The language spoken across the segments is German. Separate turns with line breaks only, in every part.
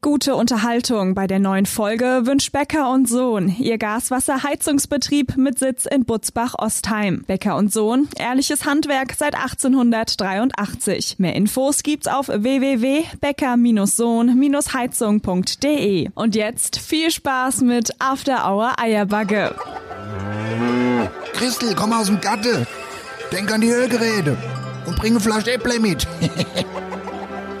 gute Unterhaltung bei der neuen Folge wünscht Becker und Sohn, ihr Gaswasserheizungsbetrieb mit Sitz in Butzbach-Ostheim. Becker und Sohn, ehrliches Handwerk seit 1883. Mehr Infos gibt's auf www.becker-sohn-heizung.de. Und jetzt viel Spaß mit After Hour Eierbagge.
Christel, komm aus dem Gatte. Denk an die Ölgeräte. Und bringe eine Flasche Äpple mit.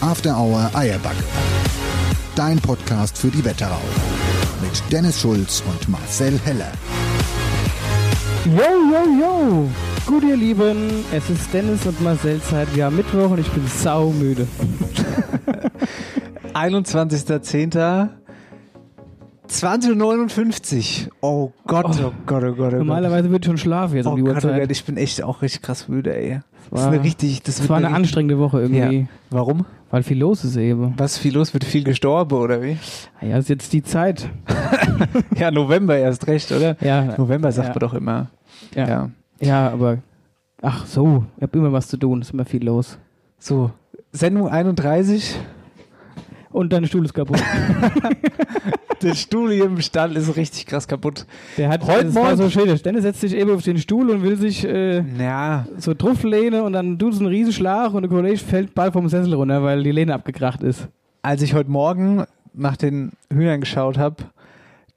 After Hour Eierbacke. Dein Podcast für die Wetterau. Mit Dennis Schulz und Marcel Heller.
Yo, yo, yo! Gut, ihr Lieben, es ist Dennis und Marcel Zeit. Wir haben Mittwoch und ich bin saumüde.
21.10. 20.59 Oh Gott, oh, Gott, oh Gott, oh Gott.
Normalerweise würde ich schon schlafen jetzt
oh
um die
Gott, oh
Uhrzeit.
Gott, ich bin echt auch richtig krass müde, ey. Das,
war-
ist eine richtig, das,
Es
wird
war eine
richtig-
anstrengende Woche irgendwie,
Ja. Warum?
weil viel los ist eben.
Was viel los? Wird viel gestorben oder wie?
Ah Ja, ist jetzt die Zeit.
Ja, November erst recht, oder?
Ja,
November sagt
Ja.
man doch immer.
ja. ja.
Ja.
aber ach so, ich habe immer was zu tun, ist immer viel los.
So, Sendung 31.
Und dein Stuhl ist kaputt.
Der Stuhl hier im Stall ist richtig krass kaputt.
Der hat
Heute
das war
Morgen-
so schön. Der Dennis setzt sich eben auf den Stuhl und will sich äh,
Ja,
so drauf lehnen und dann tut es einen Riesenschlag und der Kollege fällt bald vom Sessel runter, weil die Lehne abgekracht ist.
als ich heute Morgen nach den Hühnern geschaut habe,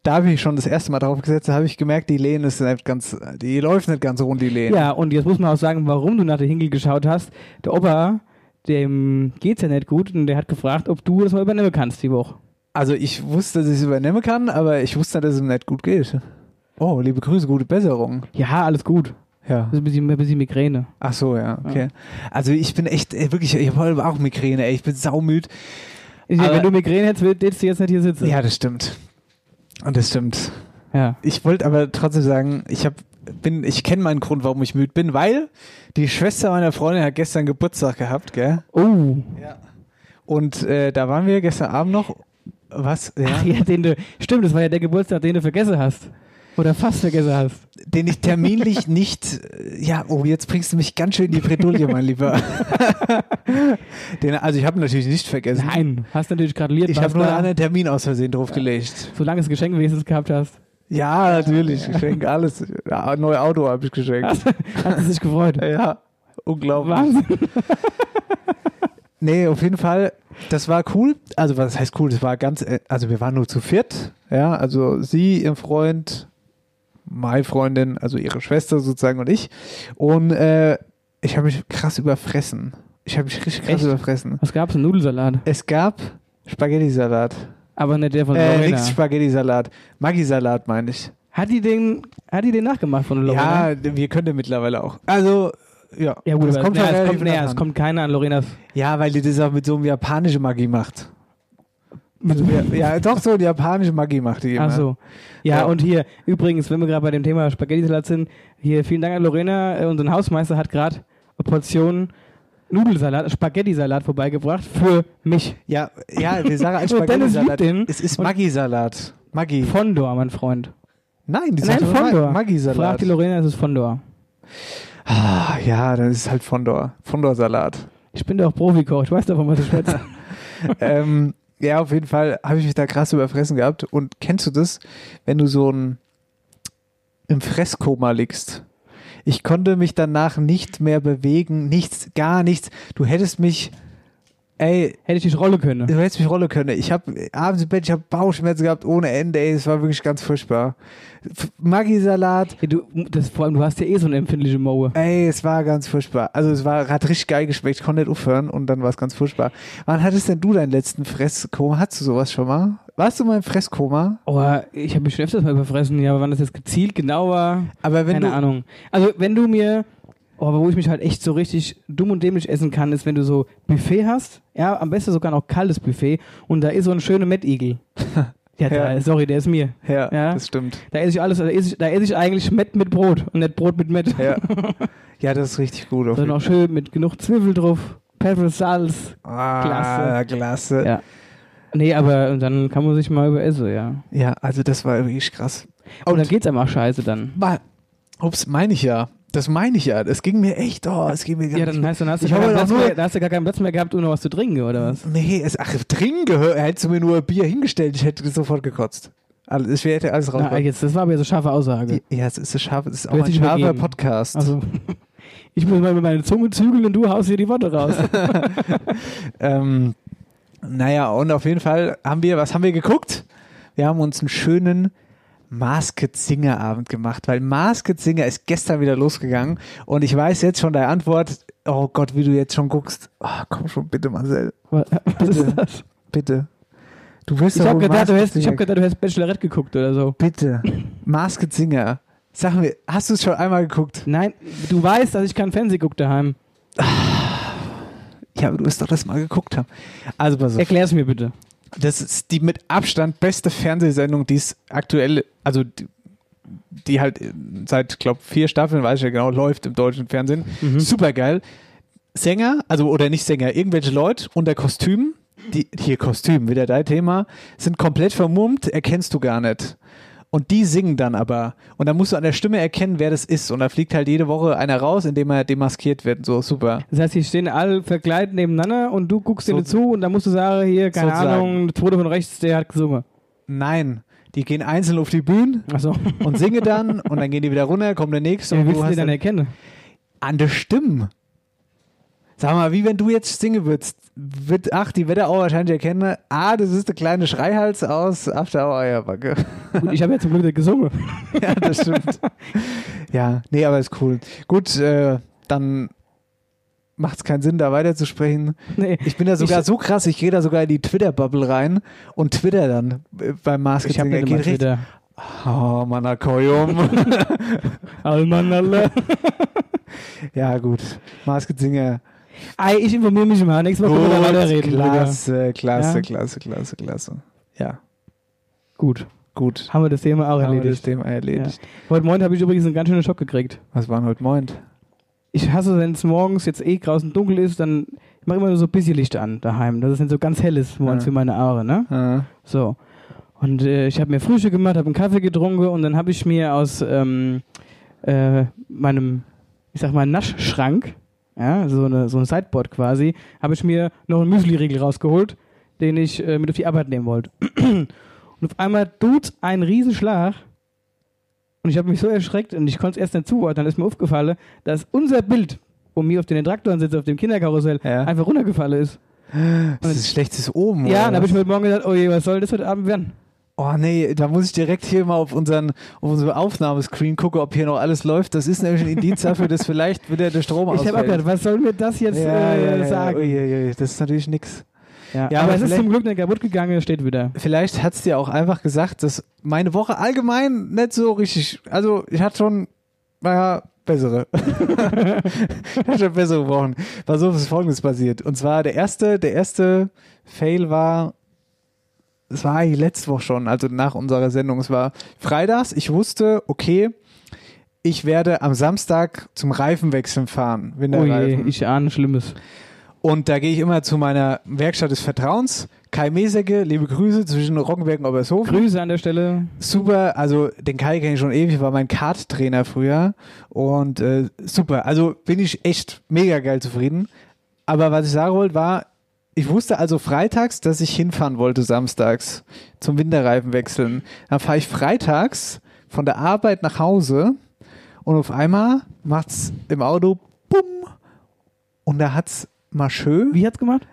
da habe ich schon das erste Mal drauf gesetzt, da habe ich gemerkt, die Lehne ist nicht ganz, die läuft nicht ganz rund, die Lehne.
Ja, und jetzt muss man auch sagen, warum du nach der Hinkel geschaut hast. Der Opa, dem geht's ja nicht gut und der hat gefragt, ob du das mal übernehmen kannst die Woche.
Also ich wusste, dass ich es übernehmen kann, aber ich wusste nicht, dass es ihm nicht gut geht. Oh, liebe Grüße, gute Besserung.
Ja, alles gut.
Ja.
Das ist ein bisschen, ein bisschen Migräne.
Ach so, ja, okay. Also ich bin echt, ey, wirklich, ich habe auch Migräne, ey, ich bin saumüd.
Ich sag,
Aber-
wenn du Migräne hättest, würdest du jetzt nicht hier sitzen.
Ja, das stimmt. Und das stimmt.
ja.
Ich wollte aber trotzdem sagen, ich habe bin, ich kenne meinen Grund, warum ich müde bin, weil die Schwester meiner Freundin hat gestern Geburtstag gehabt, gell?
Oh,
Und äh, da waren wir gestern Abend noch. Was? Ja,
Ach, ja, den du, stimmt, das war ja der Geburtstag, den du vergessen hast. Oder fast vergessen hast.
Den ich terminlich nicht. äh, Ja, oh, jetzt bringst du mich ganz schön in die Bredouille, mein Lieber. Den, also, ich habe ihn natürlich nicht vergessen.
Nein, hast natürlich gratuliert.
Ich
warst
habe nur einen
da,
anderen Termin aus Versehen draufgelegt.
Solange es Geschenk wenigstens gehabt hast.
Ja, natürlich. Geschenk, alles. Ja, neues Auto habe ich geschenkt.
Hat es sich gefreut.
Ja, unglaublich.
Wahnsinn.
Nee, auf jeden Fall, das war cool. Also, was heißt cool? Das war ganz, äh, also wir waren nur zu viert. Ja, also sie, ihr Freund, meine Freundin, also ihre Schwester sozusagen und ich. Und äh, ich habe mich krass überfressen. Ich habe mich richtig krass
Echt?
überfressen.
Was gab's? Ein Nudelsalat.
Es gab Spaghetti-Salat.
Aber nicht der von
Äh,
Lorena.
nix Spaghetti-Salat. Maggi-Salat meine ich.
Hat die den, hat die den nachgemacht von Lorena?
Ja, wir können den mittlerweile auch. Also, ja.
Ja gut,
das
aber
kommt
näher,
schon
es
relativ
kommt näher,
nah
es
dran.
kommt keiner an Lorenas.
Ja, weil die das auch mit so einem japanischen Maggi macht. Also, ja, ja, doch so eine japanische Maggi macht die immer.
Ach so. Ja,
Ja.
und hier, übrigens, wenn wir gerade bei dem Thema Spaghetti-Salat sind, hier vielen Dank an Lorena. Äh, Unser Hausmeister hat gerade eine Portion Nudelsalat, Spaghetti-Salat vorbeigebracht für mich.
Ja, ja, wir sagen als
Und Dennis
Spaghetti-Salat.
liebt den.
Es ist
Und-
Maggi-Salat. Maggi.
Fondor, mein Freund.
Nein, die
Nein,
sagt doch
Fondor.
Ma-
Frag
Maggi-Salat.
die Lorena, es ist Fondor.
Ah, ja, dann ist es halt Fondor. Fondor-Salat.
Ich bin doch Profikoch, ich weiß davon, was ich schwätze.
ähm, ja, auf jeden Fall habe ich mich da krass überfressen gehabt. Und kennst du das, wenn du so ein, im Fresskoma liegst? Ich konnte mich danach nicht mehr bewegen, nichts, gar nichts. Du hättest mich, ey,
Hätte ich dich Rolle können.
du hättest mich rollen können. Ich habe abends im Bett, ich habe Bauchschmerzen gehabt ohne Ende, ey, es war wirklich ganz furchtbar. F- Maggi-Salat,
Ja, du, das, vor allem, du hast ja eh so eine empfindliche Mowe.
ey, es war ganz furchtbar. Also es war, hat richtig geil geschmeckt, ich konnte nicht aufhören und dann war es ganz furchtbar. Wann hattest denn du deinen letzten Fresskoma? Hattest du sowas schon mal? Warst du mal im Fresskoma?
Oh, ich habe mich schon öfters mal überfressen, ja, aber wann das jetzt gezielt genau war,
Aber wenn
keine
du,
Ahnung. Also, wenn du mir Oh, aber wo ich mich halt echt so richtig dumm und dämlich essen kann, ist, wenn du so Buffet hast, ja, am besten sogar noch kaltes Buffet und da ist so ein schöner Mettigel. ja, da,
Ja.
sorry, der ist mir.
Ja,
Ja.
das stimmt.
Da esse ich alles, da esse ich, da esse ich eigentlich Mett mit Brot und nicht Brot mit Mett.
Ja, ja das ist richtig gut. Auf
Dann
jeden
auch schön mit genug Zwiebel drauf, Pfeffer, Salz.
Fall. ah, klasse.
Ja. Nee, aber dann kann man sich mal überessen, ja.
Ja, also das war wirklich krass.
Und dann geht's einem auch scheiße dann.
Mal, ups, meine ich ja. Das meine ich ja. Das ging mir echt, oh, es ging mir gar
Ja,
nicht
dann hast du, dann hast du,
Ich
gar,
hab
keinen
halt auch
Platz
nur-
mehr, dann hast du gar keinen Platz mehr gehabt, um noch was zu trinken, oder was?
Nee, es, ach, dringend gehört. Hättest du mir nur Bier hingestellt, ich hätte sofort gekotzt. Alles, ich hätte alles
Na,
raus.
jetzt, das war aber jetzt eine scharfe Aussage.
Ja, es ist, ein scharf, es ist auch
Willst
ein
dich
scharfer
übergeben?
Podcast.
Also, ich muss mal mit meiner Zunge zügeln und du haust hier die Worte raus.
Ähm, naja, und auf jeden Fall haben wir, was haben wir geguckt? Wir haben uns einen schönen Masked Singer Abend gemacht, weil Masked Singer ist gestern wieder losgegangen und ich weiß jetzt schon deine Antwort. Oh Gott, wie du jetzt schon guckst. Oh, komm schon, bitte, Marcel.
Was ist das?
Bitte. Du wirst
Ich
doch
habe
wohl
gedacht, du
Masked
hättest, ich
Singer
hab gedacht, du hättest Bachelorette geguckt oder so.
Bitte. Masked Singer. Sag mir, hast du es schon einmal geguckt?
Nein, du weißt, dass ich keinen Fernsehen gucke daheim.
Ja, aber du wirst doch das mal geguckt haben. Also pass auf.
Erklär's mir bitte.
Das ist die mit Abstand beste Fernsehsendung, die es aktuell, also die, die halt seit, glaube vier Staffeln, weiß ich ja genau, läuft im deutschen Fernsehen. Super geil. Sänger, also oder nicht Sänger, irgendwelche Leute unter Kostümen, die, hier Kostüm, wieder dein Thema, sind komplett vermummt, erkennst du gar nicht. Und die singen dann aber. Und dann musst du an der Stimme erkennen, wer das ist. Und da fliegt halt jede Woche einer raus, indem er demaskiert wird. So, super.
Das heißt, hier stehen alle verkleidet nebeneinander und du guckst
So-
denen zu und dann musst du sagen, hier, keine
Sozusagen.
Ahnung, der Tote von rechts, der hat gesungen.
Nein, die gehen einzeln auf die Bühne,
Achso.
und singe dann und dann gehen die wieder runter, kommt der nächste
Wie
und
willst du
du
den
hast
dann
dann
erkennen?
an der Stimme. Sag mal, wie wenn du jetzt singen würdest, wird, ach, die Wetterau wahrscheinlich erkennen, ah, das ist der kleine Schreihals aus After Hour Eierbacke.
Gut, ich habe ja zum Glück nicht gesungen.
ja, das stimmt. ja, nee, aber ist cool. Gut, äh, dann macht es keinen Sinn, da weiterzusprechen.
Nee.
Ich bin da sogar so krass, ich gehe da sogar in die Twitter-Bubble rein und twitter dann äh, beim Masked
Ich habe
Singer.
nicht
Geht
immer
richtig-
Twitter.
Oh, Manakoyum.
Almanale.
ja, gut. Masked Singer.
Ei, ich informiere mich mal. Nächstes Mal können wir da weiterreden. Digga.
klasse, klasse,
Ja.
klasse, klasse, klasse. Ja,
Gut,
gut.
haben wir das Thema auch
Haben wir das
erledigt.
Thema erledigt.
Heute Morgen habe ich übrigens einen ganz schönen Schock gekriegt.
Was war denn heute Morgen?
Ich hasse, wenn es morgens jetzt eh draußen dunkel ist, dann ich mache immer nur so ein bisschen Licht an daheim, dass es nicht so ganz hell ist morgens
Ja.
für meine Aare, ne?
Ah,
So. Und äh, ich habe mir Frühstück gemacht, habe einen Kaffee getrunken und dann habe ich mir aus ähm, äh, meinem, ich sag mal, Naschschrank, ja, so, eine, so ein Sideboard quasi, habe ich mir noch einen Müsli-Riegel rausgeholt, den ich äh, mit auf die Arbeit nehmen wollte. Und auf einmal tut ein Riesenschlag und ich habe mich so erschreckt und ich konnte es erst nicht zuordnen, dann ist mir aufgefallen, dass unser Bild, wo mir auf den Traktoren sitzt, auf dem Kinderkarussell,
Ja.
einfach runtergefallen ist.
das ist schlechtes Oben.
Ja,
oder
dann habe ich
was?
mir heute Morgen gedacht, oh je, was soll das heute Abend werden?
Oh nee, da muss ich direkt hier mal auf unseren auf unsere Aufnahmescreen gucken, ob hier noch alles läuft. Das ist nämlich ein Indiz dafür, dass vielleicht wieder der Strom
Ich habe auch
ausfällt.
gedacht, was soll mir das jetzt
Oh, ja,
äh,
ja, ja,
sagen?
Ui, ui, ui, das ist natürlich nix.
Ja, aber
Ja, aber
es ist
vielleicht-
zum Glück nicht kaputt gegangen, steht wieder.
Vielleicht hat's dir auch einfach gesagt, dass meine Woche allgemein nicht so richtig. Also ich hatte schon, naja, bessere. ich hatte schon bessere Wochen. War so ist folgendes passiert. Und zwar der erste, der erste Fail war, es war eigentlich letzte Woche schon, also nach unserer Sendung. Es war freitags, ich wusste, okay, ich werde am Samstag zum Reifenwechseln fahren.
Oh je,
Winterreifen.
ich ahne Schlimmes.
Und da gehe ich immer zu meiner Werkstatt des Vertrauens. Kai Meseke, liebe Grüße zwischen Roggenberg und Obershofen.
Grüße an der Stelle.
Super, also den Kai kenne ich schon ewig, war mein Kart-Trainer früher. Und äh, super, also bin ich echt mega geil zufrieden. Aber was ich sagen wollte, war, ich wusste also freitags, dass ich hinfahren wollte samstags zum Winterreifen wechseln. Dann fahre ich freitags von der Arbeit nach Hause und auf einmal macht's im Auto bumm und da hat's mal schön
Wie hat's gemacht?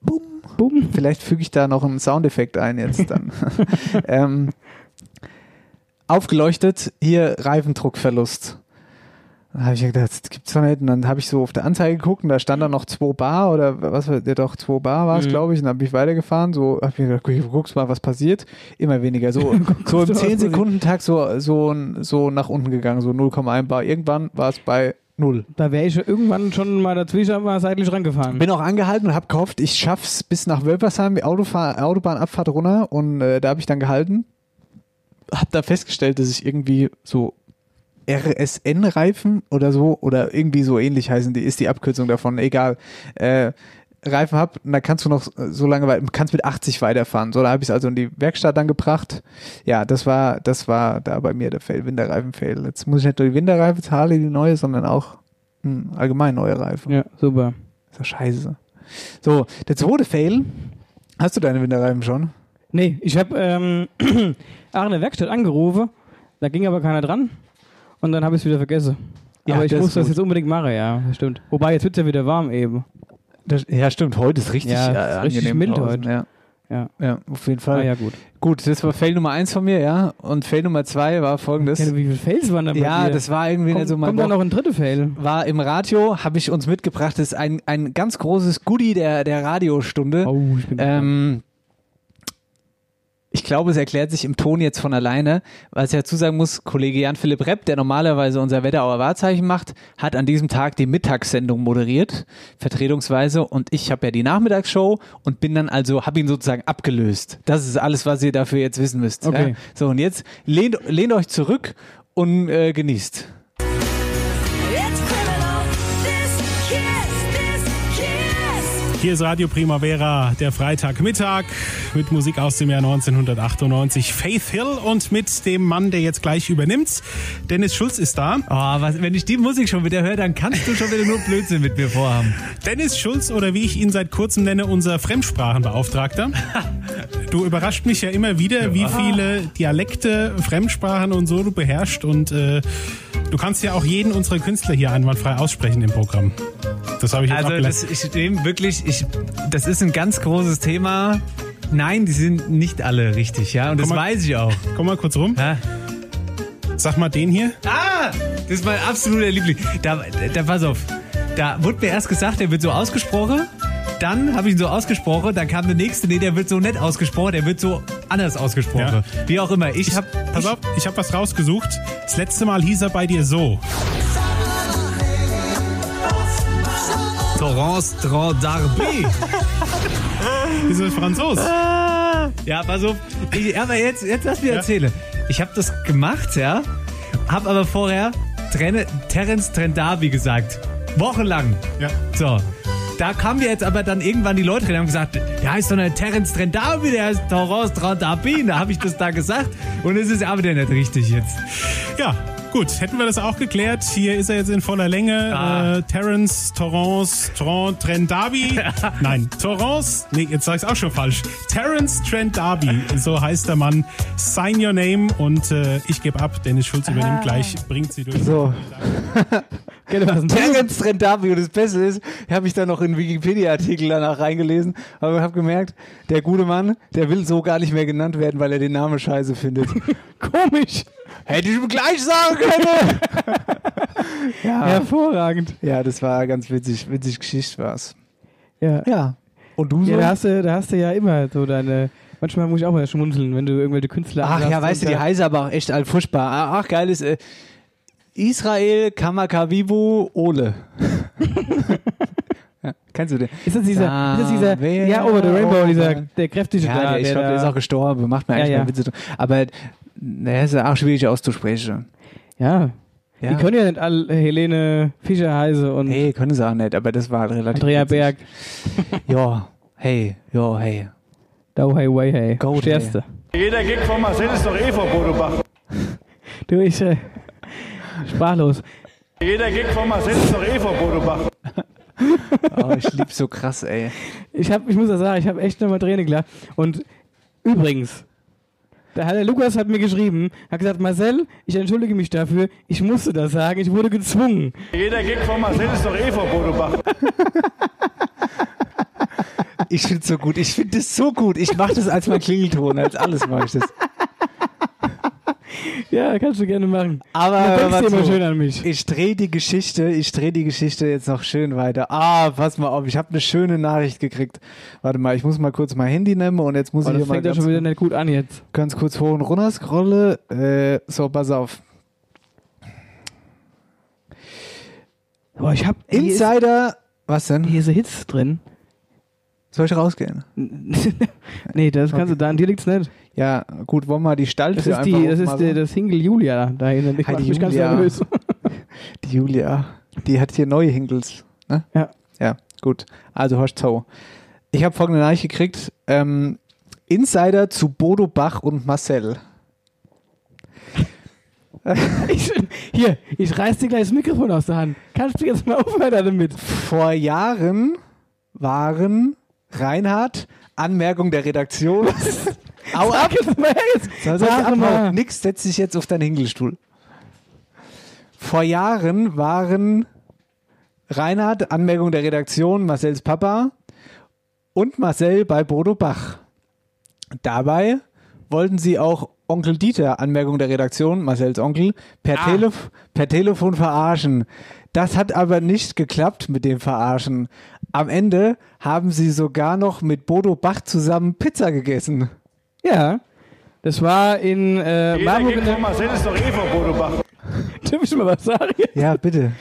bumm
Bumm.
Vielleicht füge ich da noch einen Soundeffekt ein jetzt dann. ähm, aufgeleuchtet, hier Reifendruckverlust. Dann habe ich mir gedacht, das gibt's doch nicht. Und dann habe ich so auf der Anzeige geguckt und da stand dann noch 2 Bar oder was war ja doch 2 Bar war es,
Mhm.
glaube ich. Und dann bin ich weitergefahren. So habe ich mir gedacht, okay, guck's mal, was passiert. Immer weniger. So, so
du,
im
was
10
passiert?
Sekunden Tag so, so, so nach unten gegangen, so 0,1 Bar. Irgendwann war es bei Null.
Da wäre ich irgendwann schon mal dazwischen mal seitlich rangefahren.
Bin auch angehalten und habe gehofft, ich schaff's bis nach Wölfersheim, Autofahr Autobahnabfahrt runter und äh, da habe ich dann gehalten. Hab da festgestellt, dass ich irgendwie so RSN-Reifen oder so oder irgendwie so ähnlich heißen die, ist die Abkürzung davon, egal. Äh, Reifen hab, und dann kannst du noch so lange wei- kannst mit 80 weiterfahren. So, da habe ich es also in die Werkstatt dann gebracht. Ja, das war, das war da bei mir der Fail, Winterreifen-Fail. Jetzt muss ich nicht nur die Winterreifen zahlen, die neue, sondern auch hm, allgemein neue Reifen.
Ja, super.
Ist doch scheiße. So, der zweite Fail. Hast du deine Winterreifen schon?
Nee, ich habe ähm, Aachener Werkstatt angerufen, da ging aber keiner dran und dann habe ich es wieder vergessen.
Ja,
aber ich
das
muss
ist
das
gut.
jetzt unbedingt machen, ja, das stimmt. Wobei, jetzt wird es ja wieder warm eben.
ja, stimmt. Heute ist richtig,
Ja, ist richtig mild heute.
Ja.
Ja.
ja, auf jeden
Ah
Fall.
ja, gut.
Gut, das war Fail Nummer eins von mir, ja. Und Fail Nummer zwei war folgendes.
Ja, wie viele Fails waren da bei
Ja,
dir?
das war irgendwie
kommt,
nicht so mein
kommt da
Bock.
noch ein dritter Fail.
war im Radio, habe ich uns mitgebracht. Das ist ein, ein ganz großes Goodie der, der Radiostunde.
Oh, ich bin
Ähm, ich glaube, es erklärt sich im Ton jetzt von alleine. Was ich dazu sagen muss, Kollege Jan-Philipp Repp, der normalerweise unser Wetterauer Wahrzeichen macht, hat an diesem Tag die Mittagssendung moderiert, vertretungsweise. Und ich habe ja die Nachmittagsshow und bin dann also, habe ihn sozusagen abgelöst. Das ist alles, was ihr dafür jetzt wissen müsst.
Okay.
Ja? So, und jetzt lehnt, lehnt euch zurück und äh, genießt.
It's criminal. This kiss, this kiss.
Hier ist Radio Primavera, der Freitagmittag mit Musik aus dem Jahr 1998. Faith Hill und mit dem Mann, der jetzt gleich übernimmt. Dennis Schulz ist da.
Oh, was, wenn ich die Musik schon wieder höre, dann kannst du schon wieder nur Blödsinn mit mir vorhaben.
Dennis Schulz oder wie ich ihn seit kurzem nenne, unser Fremdsprachenbeauftragter. Du überrascht mich ja immer wieder, wie viele Dialekte, Fremdsprachen und so du beherrschst und äh, du kannst ja auch jeden unserer Künstler hier einwandfrei aussprechen im Programm. Das habe ich jetzt
Also,
abgeleitet.
das, ich dem wirklich, ich, das ist ein ganz großes Thema. Nein, die sind nicht alle richtig, ja, und das
Komm mal-
weiß ich auch.
Komm mal kurz rum.
Ja.
Sag mal den hier.
Ah, das ist mein absoluter Liebling. Da, da, pass auf. Da wurde mir erst gesagt, der wird so ausgesprochen. Dann habe ich ihn so ausgesprochen. Dann kam der nächste, nee, der wird so nett ausgesprochen. Der wird so anders ausgesprochen. Wie auch immer. Ich habe.
Pass auf, ich habe was rausgesucht. Das letzte Mal hieß er bei dir so.
Torrance Darby.
Ist er Franzos?
Ja, pass auf. Ich, aber jetzt, jetzt lass mir
Ja.
erzählen. Ich habe das gemacht, ja. Hab aber vorher Trenne, Terence Trendavi gesagt. Wochenlang.
Ja.
So. Da kamen wir jetzt aber dann irgendwann die Leute rein und haben gesagt, der heißt doch nicht Terence Trendavi, der heißt Torrance Trendavi. Da habe ich das da gesagt. Und es ist aber wieder nicht richtig jetzt.
Ja, gut, hätten wir das auch geklärt. Hier ist er jetzt in voller Länge.
Ah.
Äh, Terence, Torrance, Tron, Trent Darby. Nein, Torrance. Nee, jetzt sag ich's auch schon falsch. Terence Trent Darby, so heißt der Mann. Sign your name und äh, ich gebe ab. Dennis Schulz übernimmt gleich, bringt sie durch.
So.
Gell, was ist denn das?
Terence Rendavi und das Beste ist, habe ich dann noch in Wikipedia-Artikel danach reingelesen, aber habe gemerkt, der gute Mann, der will so gar nicht mehr genannt werden, weil er den Namen scheiße findet.
Komisch.
Hätte ich ihm gleich sagen können! ja.
Hervorragend.
ja, das war ganz witzig, witzig Geschichte war's.
Ja.
Ja. Und du so?
Ja, da hast, du, da hast du ja immer so deine. Manchmal muss ich auch mal schmunzeln, wenn du irgendwelche Künstler
Ach ja,
anlachst
weißt du,
und
die
da-
heißen aber auch echt all furchtbar. Ach, geil ist äh, Israel Kamakavibu Ole. ja, kennst du den?
Ist das dieser,
Da
ist das dieser,
wär-
ja, Over the Rainbow,
oh,
dieser,
Mann.
der kräftige
Ja,
da,
der, ich glaube,
da,
der ist auch gestorben. Macht mir eigentlich
Ja,
ja,
ja.
mehr Witze. drum. Aber naja, ist ja auch schwierig auszusprechen.
ja.
Ja.
die können ja nicht alle Helene Fischer heißen und
nee, können sie auch nicht, aber das war halt relativ.
Andrea
witzig.
Berg,
Ja, hey, ja, hey.
Da Hey Way Hey,
Go,
Stärste.
Jeder Gig von Marcel ist doch eh vor Bodo Bach.
Du, ich, äh, sprachlos.
Jeder Gig von Marcel ist doch eh vor Bodo Bach.
Oh, ich lieb so krass, ey.
Ich, hab, ich muss das sagen, ich habe echt nochmal Tränen klar. Und übrigens, da hat der Lukas hat mir geschrieben, hat gesagt, Marcel, ich entschuldige mich dafür, ich musste das sagen, ich wurde gezwungen.
Jeder Gig von Marcel ist doch eh vor Bodo Bach.
Ich find's so gut. Ich find das so gut. Ich mach das als mein Klingelton, als alles mache ich das.
Ja, kannst du gerne machen.
Aber
Du
hör mal
denkst dir immer
zu.
schön an mich.
Ich drehe die Geschichte, ich drehe die Geschichte jetzt noch schön weiter. Ah, pass mal auf, ich habe eine schöne Nachricht gekriegt. Warte mal, ich muss mal kurz mein Handy nehmen und jetzt muss
Oh,
ich
das
hier mal
fängt ja
ganz,
schon wieder nicht gut an jetzt.
ganz kurz hoch und runter scrolle. Äh, so, pass auf.
Boah, ich hab hier ist-
Insider. Was denn?
Hier ist Hits drin.
Soll ich rausgehen?
nee, das kannst du da, an dir liegt's nicht.
Ja, gut, wollen wir die Stalltür
Das ist,
einfach
die, das ist
aufmachen?
der, der Single Julia da hinten. Ich
Hi,
mach
die
mich ganz
Julia.
nervös.
Die Julia, die hat hier neue Hinkels. Ne?
Ja.
Ja, gut. Also horcht zu. Ich habe folgende Nachricht gekriegt. Ähm, Insider zu Bodo Bach und Marcel.
Ich, hier, ich reiß dir gleich das Mikrofon aus der Hand. Kannst du jetzt mal aufhören damit?
Vor Jahren waren Reinhard, Anmerkung der Redaktion. Au ab!
Jetzt mal jetzt.
Soll soll ich
Sag
abhauen?
mal.
Nix, setz dich jetzt auf deinen Hingelstuhl. Vor Jahren waren Reinhard, Anmerkung der Redaktion, Marcells Papa und Marcel bei Bodo Bach. Dabei wollten sie auch Onkel Dieter, Anmerkung der Redaktion, Marcells Onkel, per, Telef per Telefon verarschen. Das hat aber nicht geklappt mit dem Verarschen. Am Ende haben sie sogar noch mit Bodo Bach zusammen Pizza gegessen.
Ja. Das war in äh,
Jeder
Marburg in
Gig
der.
von Marcel ist doch eh von Bodo Bach.
Darf ich mal was sagen?
Ja, bitte.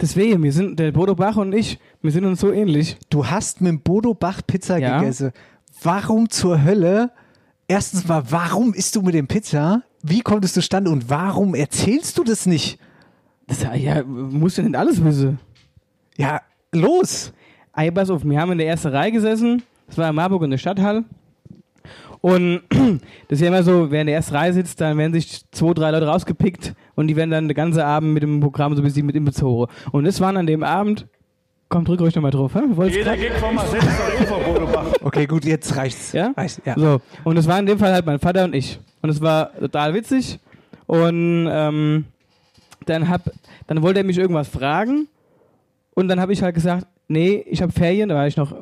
Deswegen, wir sind, der Bodo Bach und ich, wir sind uns so ähnlich.
Du hast mit dem Bodo Bach Pizza
Ja.
gegessen. Warum zur Hölle? Erstens mal, warum isst du mit dem Pizza? Wie kommt es zustande und warum erzählst du das nicht?
Das, ah, ja, musst du nicht alles wissen.
Ja, los!
Ey, pass auf, wir haben in der ersten Reihe gesessen. Das war in Marburg in der Stadthalle. Und das ist ja immer so, wer in der ersten Reihe sitzt, dann werden sich zwei, drei Leute rausgepickt und die werden dann den ganzen Abend mit dem Programm so ein bisschen mit inbezogen. Und das waren an dem Abend, komm, drück ruhig nochmal drauf. Hä? Du wolltest
Jeder
grad-
Gig von Marcel ist doch eh von Bodo Bach.
Okay, gut, jetzt reicht's.
Ja?
Reicht's, ja.
So. Und es war in dem Fall halt mein Vater und ich. Und es war total witzig. Und ähm, dann hab, dann wollte er mich irgendwas fragen. Und dann habe ich halt gesagt, nee, ich habe Ferien, da war ich noch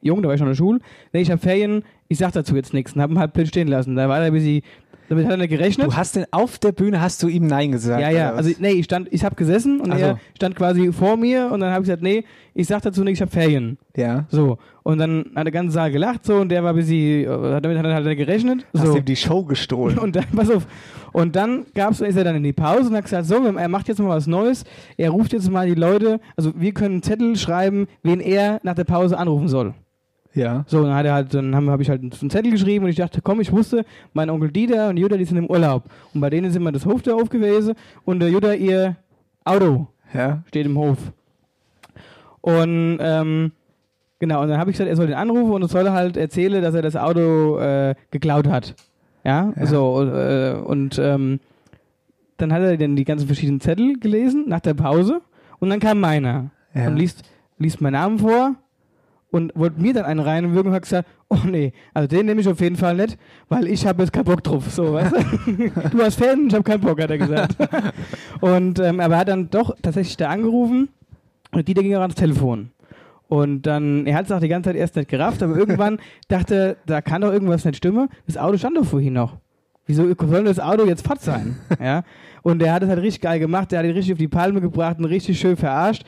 jung, da war ich noch in der Schule. Nee, ich habe Ferien, ich sag dazu jetzt nichts. Und habe ihn halt blöd stehen lassen. Da war er ein bisschen, damit hat er nicht gerechnet.
Du hast denn auf der Bühne hast du ihm Nein gesagt.
Ja, ja,
oder
also
was?
nee, ich stand, ich habe gesessen und
Ach so.
er stand quasi vor mir und dann habe ich gesagt, nee, ich sag dazu nichts, ich habe Ferien.
ja.
So, und dann hat der ganze Saal gelacht so und der war bis sie, damit hat er halt gerechnet.
Hast
So.
ihm die Show gestohlen.
Und dann, pass auf, und dann gab's, ist er dann in die Pause und hat gesagt, so, er macht jetzt mal was Neues, er ruft jetzt mal die Leute, also wir können einen Zettel schreiben, wen er nach der Pause anrufen soll.
ja.
So, dann hat er halt, dann habe hab ich halt einen Zettel geschrieben und ich dachte, komm, ich wusste, mein Onkel Dieter und Jutta, die sind im Urlaub. Und bei denen ist immer das Hof da auf gewesen und der Jutta ihr Auto
Ja.
steht im Hof. Und ähm, genau, und dann habe ich gesagt, er soll den anrufen und soll halt erzählen, dass er das Auto äh, geklaut hat. Ja,
Ja.
so äh, und ähm, dann hat er dann die ganzen verschiedenen Zettel gelesen nach der Pause und dann kam meiner
Ja.
und liest, liest meinen Namen vor und wollte mir dann einen reinwürgen und hat gesagt, oh nee, also den nehme ich auf jeden Fall nicht, weil ich habe jetzt keinen Bock drauf. So, weißt du? du hast Fan, ich habe keinen Bock, hat er gesagt. und ähm, aber er hat dann doch tatsächlich da angerufen und Dieter ging auch ans Telefon. Und dann, er hat es auch die ganze Zeit erst nicht gerafft, aber irgendwann dachte, da kann doch irgendwas nicht stimmen. Das Auto stand doch vorhin noch. Wieso soll das Auto jetzt fad sein? ja? Und er hat es halt richtig geil gemacht, der hat ihn richtig auf die Palme gebracht und richtig schön verarscht.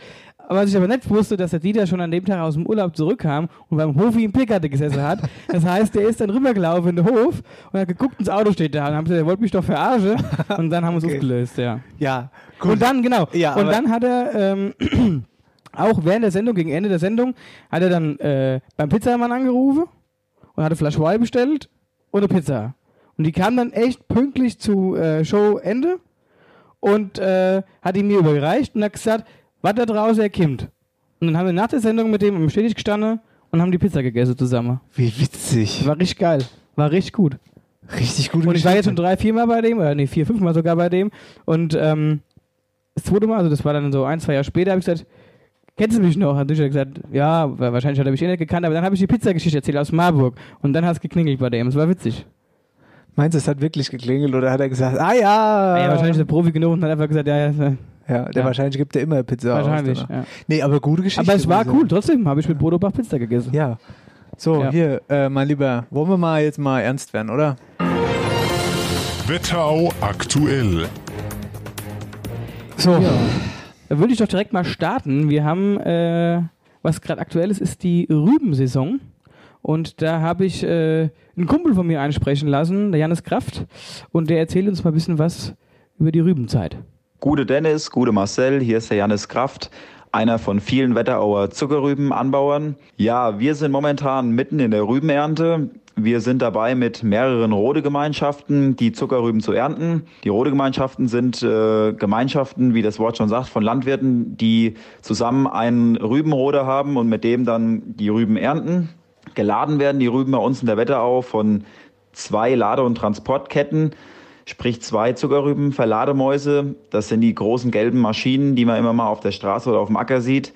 Was ich aber nicht wusste, dass der Dieter schon an dem Tag aus dem Urlaub zurückkam und beim Hofi im Pickerte gesessen hat. Das heißt, der ist dann rübergelaufen in den Hof und hat geguckt, und das Auto steht da. Und haben gesagt, der wollte mich doch verarschen. Und dann haben wir es
Okay.
aufgelöst, ja.
Ja. Gut.
Und dann, genau.
Ja,
und
aber-
dann hat er ähm, auch während der Sendung, gegen Ende der Sendung, hat er dann äh, beim Pizzamann angerufen und hatte Flash Wine bestellt und eine Pizza. Und die kam dann echt pünktlich zu äh, Showende und äh, hat ihn mir überreicht und hat gesagt, was da draußen er kimmt. Und dann haben wir nach der Sendung mit dem im Städtisch gestanden und haben die Pizza gegessen zusammen.
Wie witzig.
War richtig geil. War richtig gut.
Richtig gut.
Und ich war jetzt schon drei, viermal bei dem, oder nee, vier, fünfmal sogar bei dem. Und ähm, das zweite Mal, also das war dann so ein, zwei Jahre später, habe ich gesagt, kennst du mich noch? Hat Düscher gesagt, ja, wa- wahrscheinlich hat er mich eh nicht gekannt, aber dann habe ich die Pizzageschichte erzählt aus Marburg. Und dann hast du geklingelt bei dem. Es war witzig.
Meinst du, es hat wirklich geklingelt oder hat er gesagt, ah ja.
Ah, ja, wahrscheinlich ist er Profi genug und hat einfach gesagt, ja, ja, ja
Ja, der
Ja.
wahrscheinlich gibt er immer Pizza aus,
wahrscheinlich.
oder?
Ja.
Nee, aber gute Geschichte.
Aber es war
muss ich sagen.
cool, trotzdem habe ich mit Bodo Bach Pizza gegessen.
Ja. So,
Ja.
hier, äh, mein Lieber, wollen wir mal jetzt mal ernst werden, oder?
Wetterau aktuell.
So,
Da würde ich doch direkt mal starten. Wir haben, äh, was gerade aktuell ist, ist die Rübensaison. Und da habe ich äh, einen Kumpel von mir einsprechen lassen, der Janis Kraft. Und der erzählt uns mal ein bisschen was über die Rübenzeit.
Gute Dennis, gute Marcel, hier ist der Janis Kraft, einer von vielen Wetterauer Zuckerrübenanbauern. Ja, wir sind momentan mitten in der Rübenernte. Wir sind dabei mit mehreren Rodegemeinschaften, die Zuckerrüben zu ernten. Die Rodegemeinschaften sind äh, Gemeinschaften, wie das Wort schon sagt, von Landwirten, die zusammen einen Rübenrode haben und mit dem dann die Rüben ernten. Geladen werden die Rüben bei uns in der Wetterau von zwei Lade- und Transportketten sprich zwei Zuckerrüben, Verlademäuse. Das sind die großen gelben Maschinen, die man immer mal auf der Straße oder auf dem Acker sieht,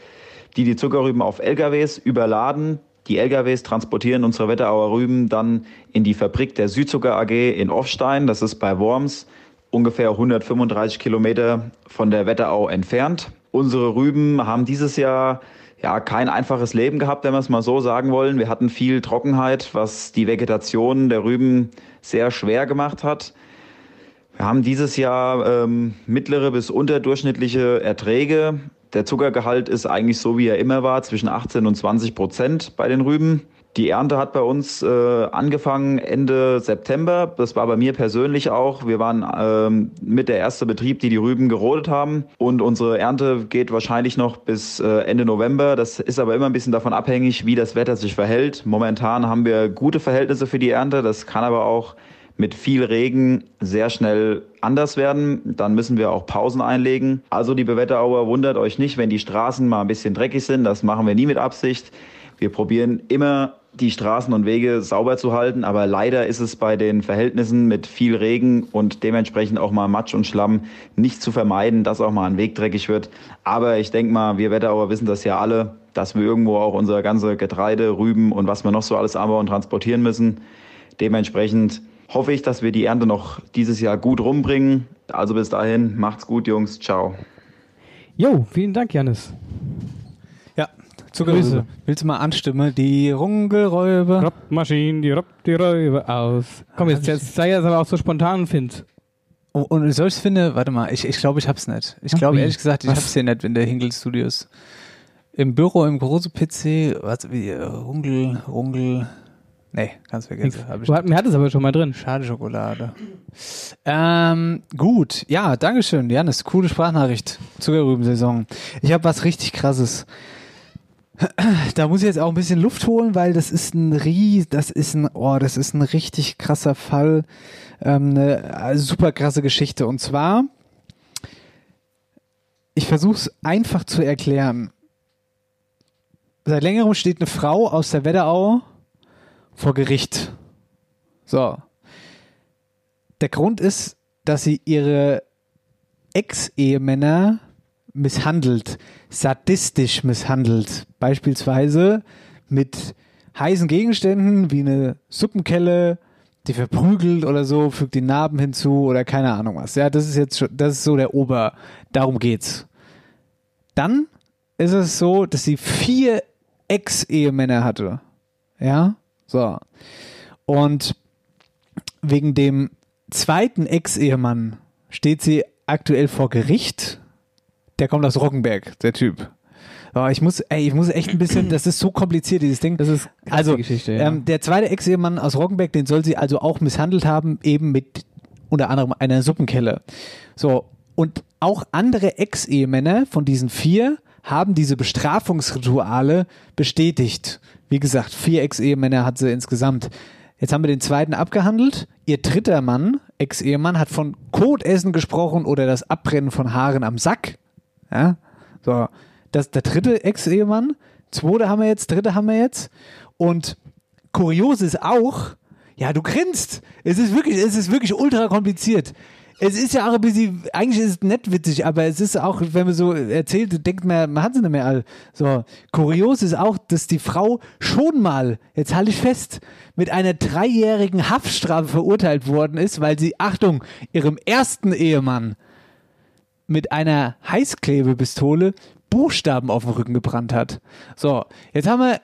die die Zuckerrüben auf LKWs überladen. Die LKWs transportieren unsere Wetterauer Rüben dann in die Fabrik der Südzucker AG in Offstein. Das ist bei Worms ungefähr 135 Kilometer von der Wetterau entfernt. Unsere Rüben haben dieses Jahr ja kein einfaches Leben gehabt, wenn wir es mal so sagen wollen. Wir hatten viel Trockenheit, was die Vegetation der Rüben sehr schwer gemacht hat. Wir haben dieses Jahr ähm, mittlere bis unterdurchschnittliche Erträge. Der Zuckergehalt ist eigentlich so, wie er immer war, zwischen 18 und 20 Prozent bei den Rüben. Die Ernte hat bei uns äh, angefangen Ende September. Das war bei mir persönlich auch. Wir waren ähm, mit der erste Betrieb, die die Rüben gerodet haben. Und unsere Ernte geht wahrscheinlich noch bis äh, Ende November. Das ist aber immer ein bisschen davon abhängig, wie das Wetter sich verhält. Momentan haben wir gute Verhältnisse für die Ernte. Das kann aber auch mit viel Regen sehr schnell anders werden. Dann müssen wir auch Pausen einlegen. Also, liebe Wetterauer, wundert euch nicht, wenn die Straßen mal ein bisschen dreckig sind. Das machen wir nie mit Absicht. Wir probieren immer, die Straßen und Wege sauber zu halten. Aber leider ist es bei den Verhältnissen mit viel Regen und dementsprechend auch mal Matsch und Schlamm nicht zu vermeiden, dass auch mal ein Weg dreckig wird. Aber ich denke mal, wir Wetterauer wissen das ja alle, dass wir irgendwo auch unser ganze Getreide, Rüben und was wir noch so alles anbauen, transportieren müssen. Dementsprechend hoffe ich, dass wir die Ernte noch dieses Jahr gut rumbringen. Also bis dahin, macht's gut, Jungs. Ciao.
Jo, vielen Dank, Janis.
Ja, Zuckerrübe.
Grüße.
Willst du mal anstimmen? Die Rungelräuber.
Maschinen, die robbt die Räuber aus. Komm, jetzt, jetzt sei jetzt aber auch so spontan, Find.
Oh, und soll ich es finde, warte mal, ich, ich glaube, ich hab's nicht. Ich glaube
wie?
ehrlich gesagt, ich
Was?
hab's hier nicht in der Hinkel Studios. Im Büro, im großen PC, was wie äh, Rungel, Rungel. Nee, ganz vergessen. Hab ich
Du hat, mir hat es aber schon mal drin.
Schade Schokolade. Ähm, gut, ja, Dankeschön, Janis. Coole Sprachnachricht. Zuckerrübensaison. Ich habe was richtig krasses. Da muss ich jetzt auch ein bisschen Luft holen, weil das ist ein Ries, das ist ein, oh, das ist ein richtig krasser Fall. Ähm, eine äh, super krasse Geschichte. Und zwar, ich versuche es einfach zu erklären. Seit längerem steht eine Frau aus der Wetterau vor Gericht. So. Der Grund ist, dass sie ihre Ex-Ehemänner misshandelt, sadistisch misshandelt. Beispielsweise mit heißen Gegenständen wie eine Suppenkelle, die verprügelt oder so, fügt die Narben hinzu oder keine Ahnung was. Ja, das ist jetzt schon, das ist so der Ober. Darum geht's. Dann ist es so, dass sie vier Ex-Ehemänner hatte. Ja, so. Und wegen dem zweiten Ex-Ehemann steht sie aktuell vor Gericht. Der kommt aus Roggenberg, der Typ. Aber ich muss, ey, ich muss echt ein bisschen, das ist so kompliziert, dieses Ding.
Das ist krasse
also,
Geschichte, ja.
ähm, der zweite Ex-Ehemann aus Roggenberg, den soll sie also auch misshandelt haben, eben mit unter anderem einer Suppenkelle. So, und auch andere Ex-Ehemänner von diesen vier haben diese Bestrafungsrituale bestätigt. Wie gesagt, vier Ex-Ehemänner hat sie insgesamt. Jetzt haben wir den zweiten abgehandelt. Ihr dritter Mann, Ex-Ehemann, hat von Kotessen gesprochen oder das Abbrennen von Haaren am Sack. Ja? So, das ist der dritte Ex-Ehemann. Zweite haben wir jetzt, dritte haben wir jetzt. Und kurios ist auch, ja, du grinst. Es ist wirklich, es ist wirklich ultra kompliziert. Es ist ja auch ein bisschen, eigentlich ist es nett witzig, aber es ist auch, wenn man so erzählt, denkt man, man hat sie nicht mehr all. So, kurios ist auch, dass die Frau schon mal, jetzt halte ich fest, mit einer dreijährigen Haftstrafe verurteilt worden ist, weil sie, Achtung, ihrem ersten Ehemann mit einer Heißklebepistole Buchstaben auf dem Rücken gebrannt hat. So, jetzt haben wir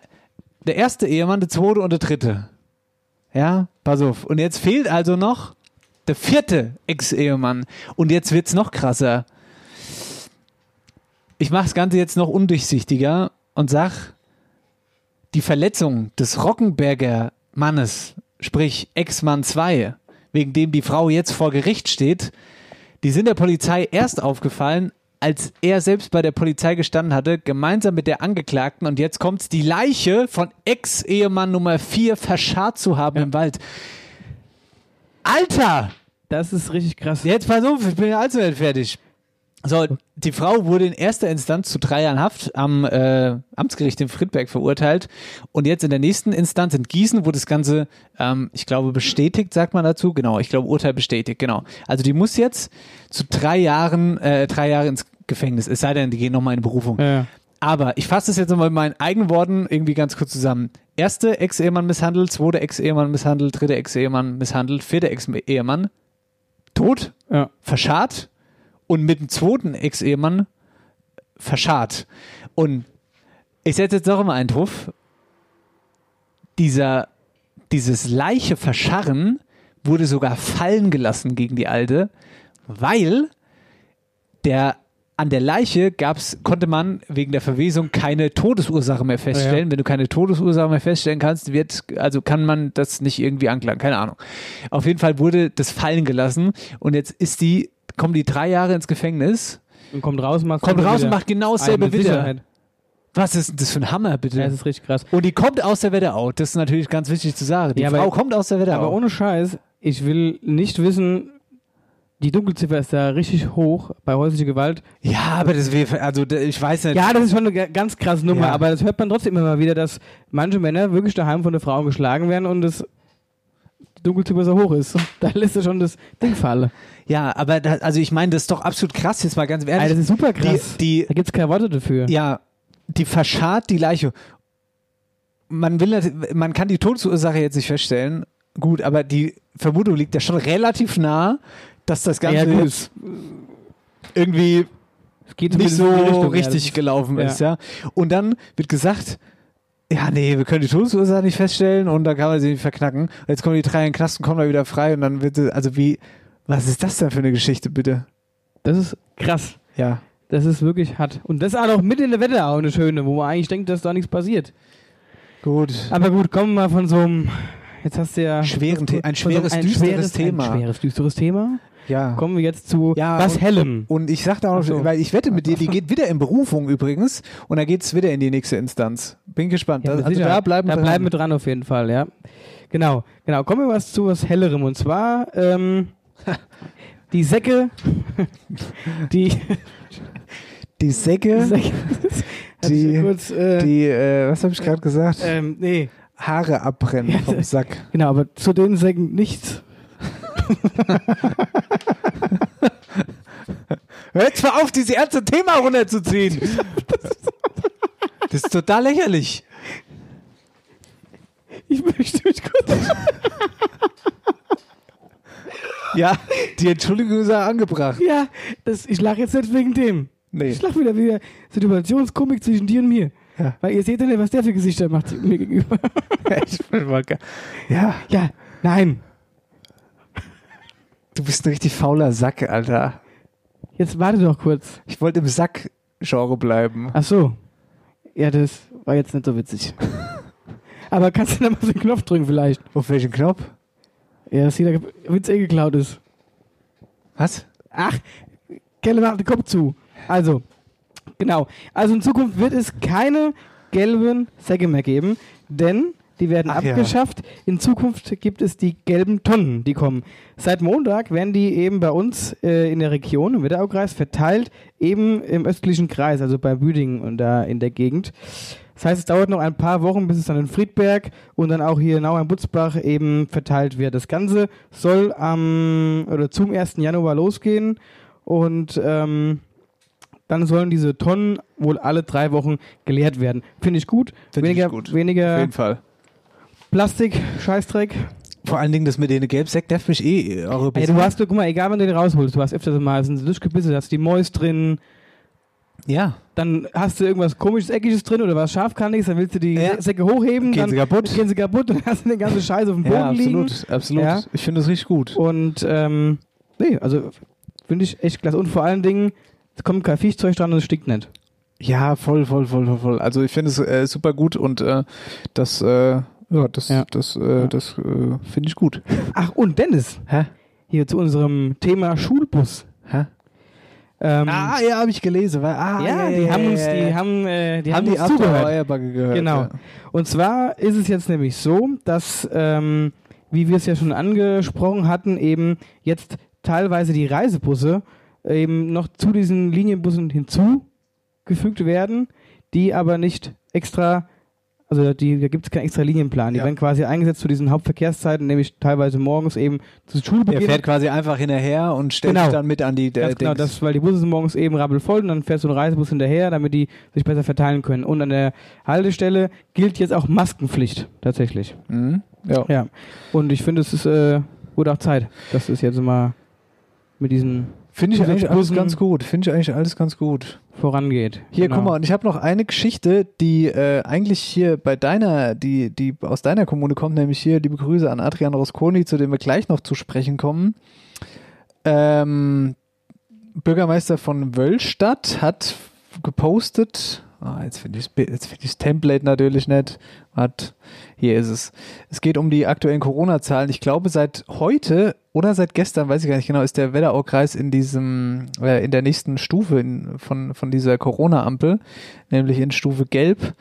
der erste Ehemann, der zweite und der dritte. Ja, pass auf. Und jetzt fehlt also noch der vierte Ex-Ehemann. Und jetzt wird's noch krasser. Ich mache das Ganze jetzt noch undurchsichtiger und sag, die Verletzung des Rockenberger Mannes, sprich Ex-Mann 2, wegen dem die Frau jetzt vor Gericht steht, Die sind der Polizei erst aufgefallen, als er selbst bei der Polizei gestanden hatte, gemeinsam mit der Angeklagten. Und jetzt kommt's, die Leiche von Ex-Ehemann Nummer 4 verscharrt zu haben im Wald. Alter!
Das ist richtig krass.
Jetzt pass auf, ich bin ja allzu weit fertig. So, die Frau wurde in erster Instanz zu drei Jahren Haft am äh, Amtsgericht in Friedberg verurteilt. Und jetzt in der nächsten Instanz in Gießen wurde das Ganze, ähm, ich glaube, bestätigt, sagt man dazu. Genau, ich glaube, Urteil bestätigt, genau. Also die muss jetzt zu drei Jahren, äh, drei Jahre ins Gefängnis. Es sei denn, die gehen nochmal in Berufung.
Ja.
Aber ich fasse das jetzt nochmal in meinen eigenen Worten irgendwie ganz kurz zusammen. Erste Ex-Ehemann misshandelt, zweite Ex-Ehemann misshandelt, dritte Ex-Ehemann misshandelt, vierte Ex-Ehemann tot,
Ja.
verscharrt und mit dem zweiten Ex-Ehemann verscharrt. Und ich setze jetzt noch immer einen drauf. Dieser, dieses Leiche verscharren wurde sogar fallen gelassen gegen die Alte, weil der an der Leiche gab's, konnte man wegen der Verwesung keine Todesursache mehr feststellen. Wenn du keine Todesursache mehr feststellen kannst, wird, also kann man das nicht irgendwie anklagen, keine Ahnung. Auf jeden Fall wurde das fallen gelassen und jetzt ist die, kommen die drei Jahre ins Gefängnis,
Und kommt raus und macht
kommt raus und macht genau dasselbe
Mit
wieder.
Sicherheit.
Was ist denn das für ein Hammer, bitte?
Ja, das ist richtig krass.
und die kommt aus der Wetterau, das ist natürlich ganz wichtig zu sagen. Die
Ja, aber-
Frau kommt aus der
Aber
Wetterau.
ohne Scheiß, ich will nicht wissen, die Dunkelziffer ist da richtig hoch bei häuslicher Gewalt.
ja, aber das wäre, also da- ich weiß nicht.
Ja, das ist schon eine ga- ganz krasse Nummer,
Ja.
aber das hört man trotzdem immer mal wieder, dass manche Männer wirklich daheim von der Frau geschlagen werden und das die Dunkelziffer so hoch ist. Da lässt er schon das Ding fallen.
Ja, aber das, also ich meine, das ist doch absolut krass, jetzt mal ganz
Ey,
ehrlich.
Also das ist super krass.
die,
da gibt es keine Worte dafür.
die, ja, die verscharrt die Leiche. Man will, nat- man kann die Todesursache jetzt nicht feststellen. Gut, aber die Vermutung liegt ja schon relativ nah, dass das Ganze
gut.
jetzt irgendwie
Es geht
nicht
zumindest in die
so
Richtung, ja, das
richtig
ist-
gelaufen
ja.
ist, ja. Und dann wird gesagt, ja, nee, wir können die Todesursache nicht feststellen und dann kann man sie nicht verknacken. Und jetzt kommen die drei in den Knast und kommen da wieder frei und dann wird, sie- also wie, was ist das denn für eine Geschichte, bitte?
Das ist krass.
Ja.
Das ist wirklich hart. Und das ist auch noch mit in der Wette auch eine schöne, wo man eigentlich denkt, dass da nichts passiert.
Gut.
Aber gut, kommen wir mal von so einem. Jetzt hast du ja.
Schweren The- ein
von
schweres, düsteres Thema.
Ein schweres, düsteres Thema.
Ja.
Kommen wir jetzt zu
Ja,
was
und-
Hellem.
Und ich sag da auch,
Ach so.
weil ich wette mit dir, die geht wieder in Berufung übrigens und dann geht's wieder in die nächste Instanz. Bin gespannt.
Ja,
Da-
mit
also da
Sicherheit.
bleiben
da
wir
bleiben wir
dran.
dran auf jeden Fall, ja. Genau, genau. Kommen wir was zu was Hellerem und zwar ähm, die Säcke, die
die Säcke,
Säcke, Hab ich
Die-
so kurz, äh,
die, äh, was habe ich gerade gesagt?
ähm, nee,
Haare abbrennen
Ja,
vom
das-
Sack.
genau, aber zu den Säcken nichts.
Hör jetzt mal auf, diese erste Thema runterzuziehen. Das ist total lächerlich.
Ich möchte mich kurz.
Ja, die Entschuldigung ist ja angebracht.
ja, das, ich lache jetzt nicht wegen dem.
Nee.
Ich lache wieder wieder Situationskomik zwischen dir und mir.
Ja.
Weil ihr seht ja nicht, was der für Gesichter macht mir gegenüber.
Ich bin mal ge- ja,
ja, nein.
du bist ein richtig fauler Sack, Alter.
Jetzt warte doch kurz.
Ich wollte im Sack-Genre bleiben.
Ach so. Ja, das war jetzt nicht so witzig. Aber kannst du da mal auf den Knopf drücken vielleicht?
Auf welchen Knopf?
Ja, dass jeder Witz eh geklaut ist.
Was?
Ach, Kelle macht den Kopf zu. Also, genau. Also in Zukunft wird es keine gelben Säcke mehr geben, denn die werden
Ach ja.
abgeschafft. In Zukunft gibt es die gelben Tonnen, die kommen. Seit Montag werden die eben bei uns äh, in der Region, im Wetteraukreis, verteilt, eben im östlichen Kreis, also bei Büdingen und da in der Gegend. Das heißt, es dauert noch ein paar Wochen, bis es dann in Friedberg und dann auch hier in Nauheim-Butzbach eben verteilt wird. Das Ganze soll am oder zum 1. Januar losgehen und ähm, dann sollen diese Tonnen wohl alle drei Wochen geleert werden. Finde ich gut.
Finde ich
weniger
gut. Auf
weniger
jeden Fall.
Plastik, Scheißdreck.
Vor allen Dingen das mit den Gelbsäck darf mich eh eure
Ey, du hast, guck mal, egal wenn du den rausholst, du hast öfters mal sind so Durchgebissen, da hast du die Mäus drin,
Ja.
dann hast du irgendwas komisches, eckiges drin oder was scharfkantiges, dann willst du die
Ja.
Säcke hochheben,
Gehen
dann
sie kaputt.
gehen sie kaputt und hast den ganzen Scheiß auf dem Boden
ja, absolut,
liegen.
absolut.
Ja.
Ich finde das richtig gut.
Und ähm, nee, also finde ich echt klasse. Und vor allen Dingen, es kommt kein Viechzeug dran und es stinkt nicht.
Ja, voll, voll, voll, voll, voll. Also ich finde es äh, super gut und äh, das, äh, ja, das,
Ja.
das, äh,
Ja.
das äh, finde ich gut.
Ach, und Dennis,
Hä?
hier zu unserem Thema Schulbus.
Hä?
Ähm,
Ah, ja, habe ich gelesen. Weil, ah,
ja, die haben uns, die haben, äh, die haben,
die
uns
After
zugehört.
Eierbacke gehört.
Genau.
Ja.
Und zwar ist es jetzt nämlich so, dass, ähm, wie wir es ja schon angesprochen hatten, eben jetzt teilweise die Reisebusse äh, eben noch zu diesen Linienbussen hinzugefügt werden, die aber nicht extra, also die, da gibt es keinen extra Linienplan. Die
Ja.
werden quasi eingesetzt zu diesen Hauptverkehrszeiten, nämlich teilweise morgens eben zur
Er
Schulbeginn.
fährt quasi einfach hinterher und stellt
Genau.
sich dann mit an die der
Ganz genau,
Dings.
das, weil die Busse sind morgens eben rabbelvoll und dann fährt so ein Reisebus hinterher, damit die sich besser verteilen können. Und an der Haltestelle gilt jetzt auch Maskenpflicht tatsächlich.
Mhm. Ja.
Ja. Und ich finde, es ist äh, wurde auch Zeit. Das ist jetzt mal mit diesen
Finde ich eigentlich alles
Zusatzbussen
ganz gut. Finde ich eigentlich alles ganz gut.
vorangeht.
Hier,
Genau.
guck mal, und ich habe noch eine Geschichte, die äh, eigentlich hier bei deiner, die, die aus deiner Kommune kommt, nämlich hier liebe Grüße an Adrian Rosconi, zu dem wir gleich noch zu sprechen kommen. Ähm, Bürgermeister von Wöllstadt hat gepostet, ah, jetzt finde ich jetzt finde ich Template natürlich nicht, hat, hier ist es. Es geht um die aktuellen Corona-Zahlen. Ich glaube, seit heute oder seit gestern, weiß ich gar nicht genau, ist der Wetteraukreis in diesem, äh, in der nächsten Stufe in, von, von dieser Corona-Ampel, nämlich in Stufe Gelb.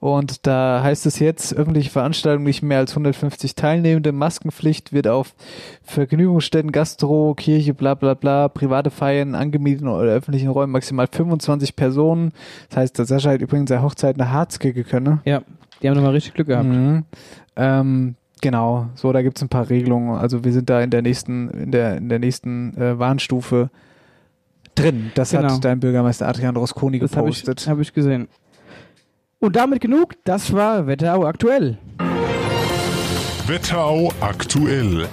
Und da heißt es jetzt, öffentliche Veranstaltungen nicht mehr als 150 Teilnehmende, Maskenpflicht wird auf Vergnügungsstätten, Gastro, Kirche, bla bla bla, private Feiern, angemieteten oder öffentlichen Räumen maximal 25 Personen. Das heißt, der Sascha hat übrigens seine Hochzeit nach Harz gekönnt, ne?
Ja, die haben nochmal richtig Glück gehabt.
Mhm. Ähm, genau, so, da gibt es ein paar Regelungen. Also wir sind da in der nächsten, in der, in der nächsten äh, Warnstufe drin. Das
Genau.
hat dein Bürgermeister Adrian Rosconi
Das habe ich,
gepostet.
hab ich gesehen. Und damit genug, das war Wetterau aktuell.
Wetterau aktuell.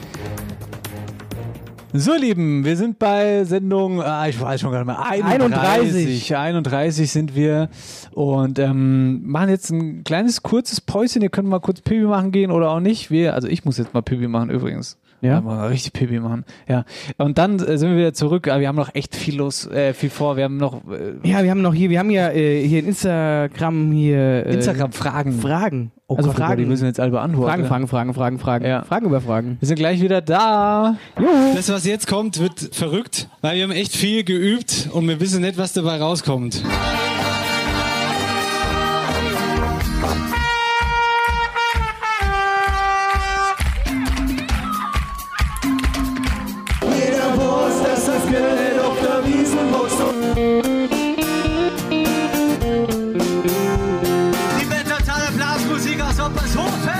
So, ihr Lieben, wir sind bei Sendung, ah, ich weiß schon gar nicht mehr, 31. 31, sind wir und ähm, machen jetzt ein kleines, kurzes Päuschen. Ihr könnt mal kurz Pipi machen gehen oder auch nicht. Wir, also ich muss jetzt mal Pipi machen übrigens.
Ja.
Mal richtig Pipi machen. Ja. Und dann äh, sind wir wieder zurück, aber wir haben noch echt viel los, äh, viel vor. Wir haben noch äh,
Ja, wir haben noch hier, wir haben ja äh, hier in Instagram hier äh,
Instagram-Fragen.
Fragen.
oh
also
Gott,
Fragen.
die müssen wir jetzt alle beantworten.
Fragen, Fragen, Fragen, Fragen, Fragen.
Ja.
Fragen über Fragen.
Wir sind gleich wieder da.
Äh, Das, was jetzt kommt, wird verrückt, weil wir haben echt viel geübt und wir wissen nicht, was dabei rauskommt.
Die Welt totale Blasmusik aus Oppershofen!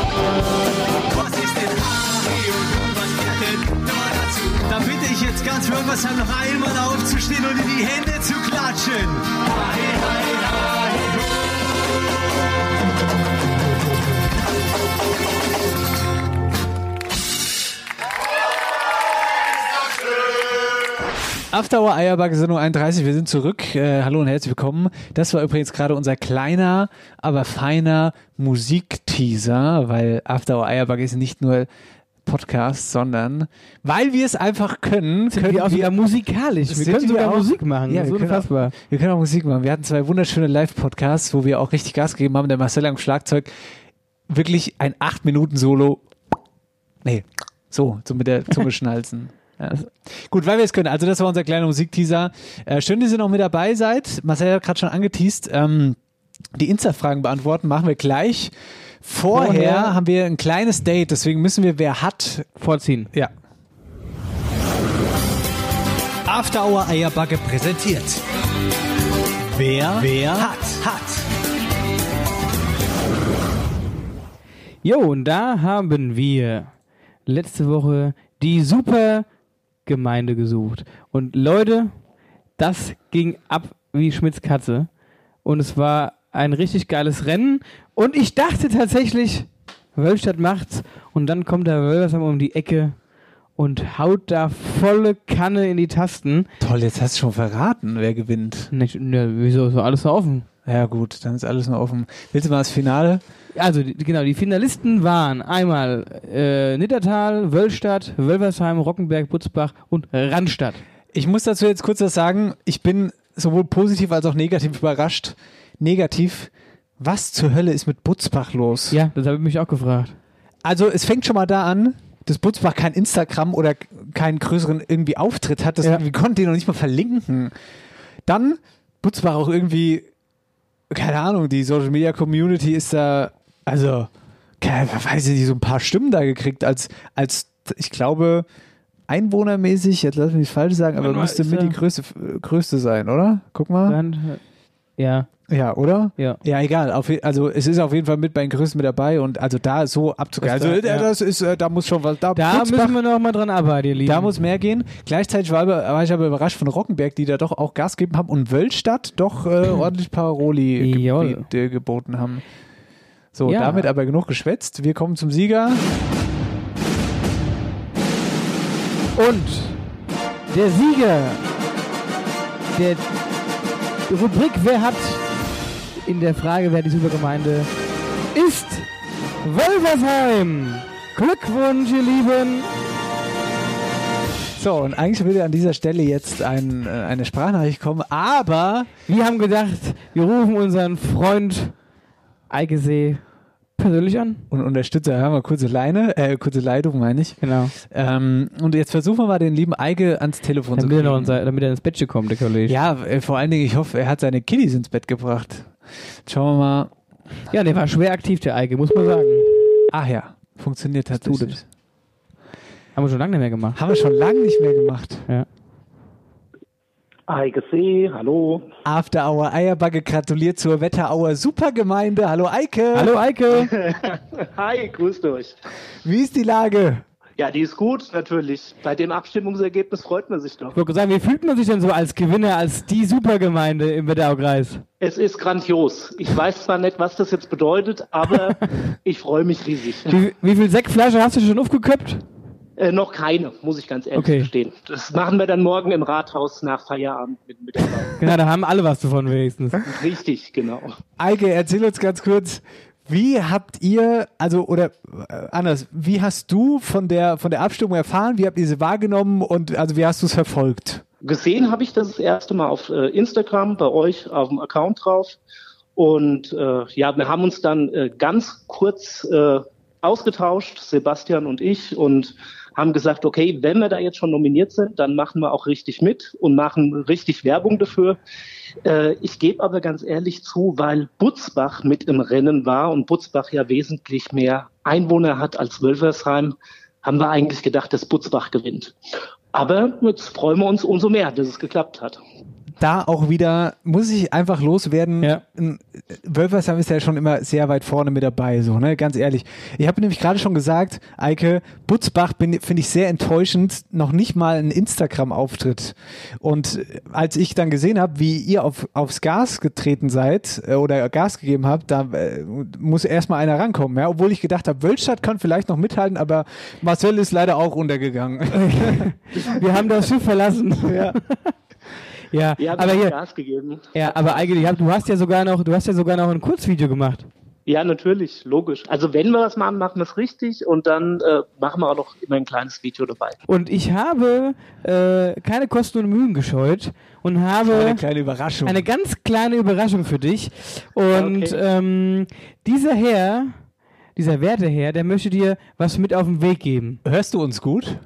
Was ist denn Ari und was gehört denn da dazu? Da bitte ich jetzt ganz Wölfersheim noch einmal aufzustehen und in die Hände zu klatschen. Hi, hi, hi.
After Hour Eierbacke Sendung 31, wir sind zurück. Äh, hallo und herzlich willkommen. Das war übrigens gerade unser kleiner, aber feiner Musikteaser, weil After Hour Eierbacke ist nicht nur Podcast, sondern weil wir es einfach können, können
wir auch sogar musikalisch. Wir
Sind
können
wir
sogar
auch-
Musik machen.
Ja,
das ist
wir können auch-
unfassbar.
wir können auch Musik machen. Wir hatten zwei wunderschöne Live-Podcasts, wo wir auch richtig Gas gegeben haben. Der Marcel am Schlagzeug wirklich ein 8-Minuten-Solo. Nee, so, so mit der Zunge schnalzen. Ja. Gut, weil wir es können. Also, das war unser kleiner Musikteaser. Äh, schön, dass ihr noch mit dabei seid. Marcel hat gerade schon angeteased. Ähm, die Insta-Fragen beantworten machen wir gleich. Vorher,
Vorher-
haben wir ein kleines Date, deswegen müssen wir, wer hat,
Vorziehen.
ja.
After Hour Eierbacke präsentiert. Wer, wer hat, hat.
Jo, und da haben wir letzte Woche die super Gemeinde gesucht. Und Leute, das ging ab wie Schmitz Katze. Und es war ein richtig geiles Rennen. Und ich dachte tatsächlich, Wölfstadt macht's. Und dann kommt der Wölfersam um die Ecke und haut da volle Kanne in die Tasten.
Toll, jetzt hast du schon verraten, wer gewinnt.
Und ich, ne, wieso ist doch alles so offen?
Ja, gut, dann ist alles noch offen. Willst du mal das Finale?
Also die, genau, die Finalisten waren einmal äh, Nittertal, Wöllstadt, Wölversheim, Rockenberg, Butzbach und Randstadt.
Ich muss dazu jetzt kurz was sagen. Ich bin sowohl positiv als auch negativ überrascht. Negativ. Was zur Hölle ist mit Butzbach los?
Ja, das habe ich mich auch gefragt.
Also es fängt schon mal da an, dass Butzbach kein Instagram oder keinen größeren irgendwie Auftritt hat. Das Wir konnten den noch nicht mal verlinken. Dann Butzbach auch irgendwie, keine Ahnung, die Social Media Community ist da, also, keine, weiß ich nicht, so ein paar Stimmen da gekriegt, als, als ich glaube, einwohnermäßig, jetzt lass mich nicht falsch sagen, aber
Warte mal,
müsste
ist
mit
er-
die größte, äh, größte sein, oder? Guck mal.
Ja.
Ja, oder?
Ja.
Ja, egal. Auf, je- also es ist auf jeden Fall mit bei den Größten mit dabei und also da so abzugehen.
Ist
Also
da-
äh,
ja.
das ist, äh, da muss schon was. Da,
Da
Putzbach-
müssen wir noch mal dran arbeiten, ihr Lieben.
da muss mehr gehen. Gleichzeitig war, aber- war ich aber überrascht von Rockenberg, die da doch auch Gas gegeben haben und Wölstadt doch äh, ordentlich Paroli
Jawohl.
gebiet, äh, geboten haben. So,
Ja.
damit aber genug geschwätzt. Wir kommen zum Sieger.
Und der Sieger der Rubrik Wer hat in der Frage, wer die Supergemeinde ist, Wölversheim. Glückwunsch, ihr Lieben.
So, und eigentlich würde an dieser Stelle jetzt ein, äh, eine Sprachnachricht kommen, aber
Wir haben gedacht, wir rufen unseren Freund Eigesee persönlich an.
und Unterstützer haben wir kurze Leine, äh, kurze Leitung meine ich.
Genau.
Ähm, und jetzt versuchen wir mal den lieben Eike ans Telefon zu
Damit er,
kriegen.
noch unser, damit er ins Bettchen kommt, der Kollege.
ja, äh, vor allen Dingen, ich hoffe, er hat seine Kiddies ins Bett gebracht. Schauen wir mal.
ja, der war schwer aktiv, der Eike, muss man sagen.
Ach ja, funktioniert tatsächlich.
Haben wir schon lange nicht mehr gemacht.
Haben wir schon lange nicht mehr gemacht.
Ja.
Heike See, hallo.
After Hour Eierbacke gratuliert zur Wetterauer Supergemeinde. Hallo Eike.
Hallo Eike.
Hi, grüßt euch.
Wie ist die Lage?
Ja, die ist gut, natürlich. Bei dem Abstimmungsergebnis freut man sich doch.
Ich wollte sagen, wie fühlt man sich denn so als Gewinner, als die Supergemeinde im Wetteraukreis?
Es ist grandios. Ich weiß zwar nicht, was das jetzt bedeutet, aber ich freue mich riesig.
Wie, wie viel Sektflasche hast du schon aufgeköpft?
Äh, noch keine, muss ich ganz ehrlich
Okay.
gestehen. Das machen wir dann morgen im Rathaus nach Feierabend mit, mit der Frau.
Genau, da haben alle was davon wenigstens.
Richtig, genau.
Eike, erzähl uns ganz kurz, wie habt ihr, also oder äh, anders, wie hast du von der von der Abstimmung erfahren? Wie habt ihr sie wahrgenommen und also wie hast du es verfolgt?
Gesehen habe ich das das erste Mal auf äh, Instagram bei euch auf dem Account drauf. Und äh, ja, wir haben uns dann äh, ganz kurz äh, ausgetauscht, Sebastian und ich, und haben gesagt, okay, wenn wir da jetzt schon nominiert sind, dann machen wir auch richtig mit und machen richtig Werbung dafür. Äh, ich gebe aber ganz ehrlich zu, weil Butzbach mit im Rennen war und Butzbach ja wesentlich mehr Einwohner hat als Wölfersheim, haben wir eigentlich gedacht, dass Butzbach gewinnt. Aber jetzt freuen wir uns umso mehr, dass es geklappt hat.
da auch wieder, muss ich einfach loswerden.
Ja.
Ein- äh, Wölfersheim ist ja schon immer sehr weit vorne mit dabei, so, ne? Ganz ehrlich. Ich habe nämlich gerade schon gesagt, Eike, Butzbach bin- finde ich sehr enttäuschend, noch nicht mal einen Instagram-Auftritt. Und äh, als ich dann gesehen habe, wie ihr auf, aufs Gas getreten seid äh, oder Gas gegeben habt, da äh, muss erstmal einer rankommen, ja? Obwohl ich gedacht habe, Wölstadt kann vielleicht noch mithalten, aber Marcel ist leider auch untergegangen.
Wir haben das Schiff verlassen. Ja. Ja,
Wir haben
aber hier,
Gas gegeben.
ja, aber Eike, ich hab- du hast ja sogar noch, du hast ja sogar noch ein Kurzvideo gemacht.
Ja, natürlich, logisch. Also wenn wir was machen, machen wir es richtig und dann äh, machen wir auch noch immer ein kleines Video dabei.
Und ich habe äh, keine Kosten und Mühen gescheut und habe
Äh, Eine kleine Überraschung.
eine ganz kleine Überraschung für dich. Und
Okay.
ähm, dieser Herr, dieser werte Herr, der möchte dir was mit auf den Weg geben.
Hörst du uns gut?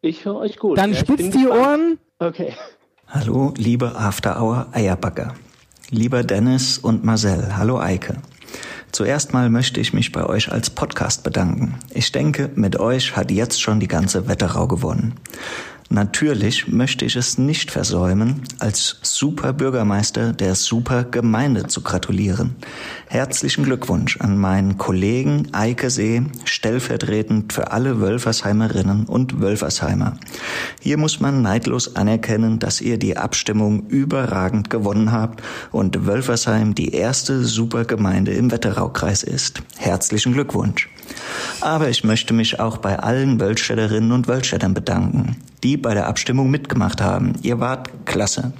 Ich höre euch gut.
Dann
Ja, ich bin
spitzt die
gespannt.
Ohren.
Okay.
Hallo, liebe After Hour Eierbagger. Lieber Dennis und Marcel, hallo Eike. Zuerst mal möchte ich mich bei euch als Podcast bedanken. Ich denke, mit euch hat jetzt schon die ganze Wetterau gewonnen. Natürlich möchte ich es nicht versäumen, als Superbürgermeister der Supergemeinde zu gratulieren. Herzlichen Glückwunsch an meinen Kollegen Eike See, stellvertretend für alle Wölfersheimerinnen und Wölfersheimer. Hier muss man neidlos anerkennen, dass ihr die Abstimmung überragend gewonnen habt und Wölfersheim die erste Supergemeinde im Wetteraukreis ist. Herzlichen Glückwunsch. Aber ich möchte mich auch bei allen Wölstädterinnen und Wölstädtern bedanken, die bei der Abstimmung mitgemacht haben. Ihr wart klasse.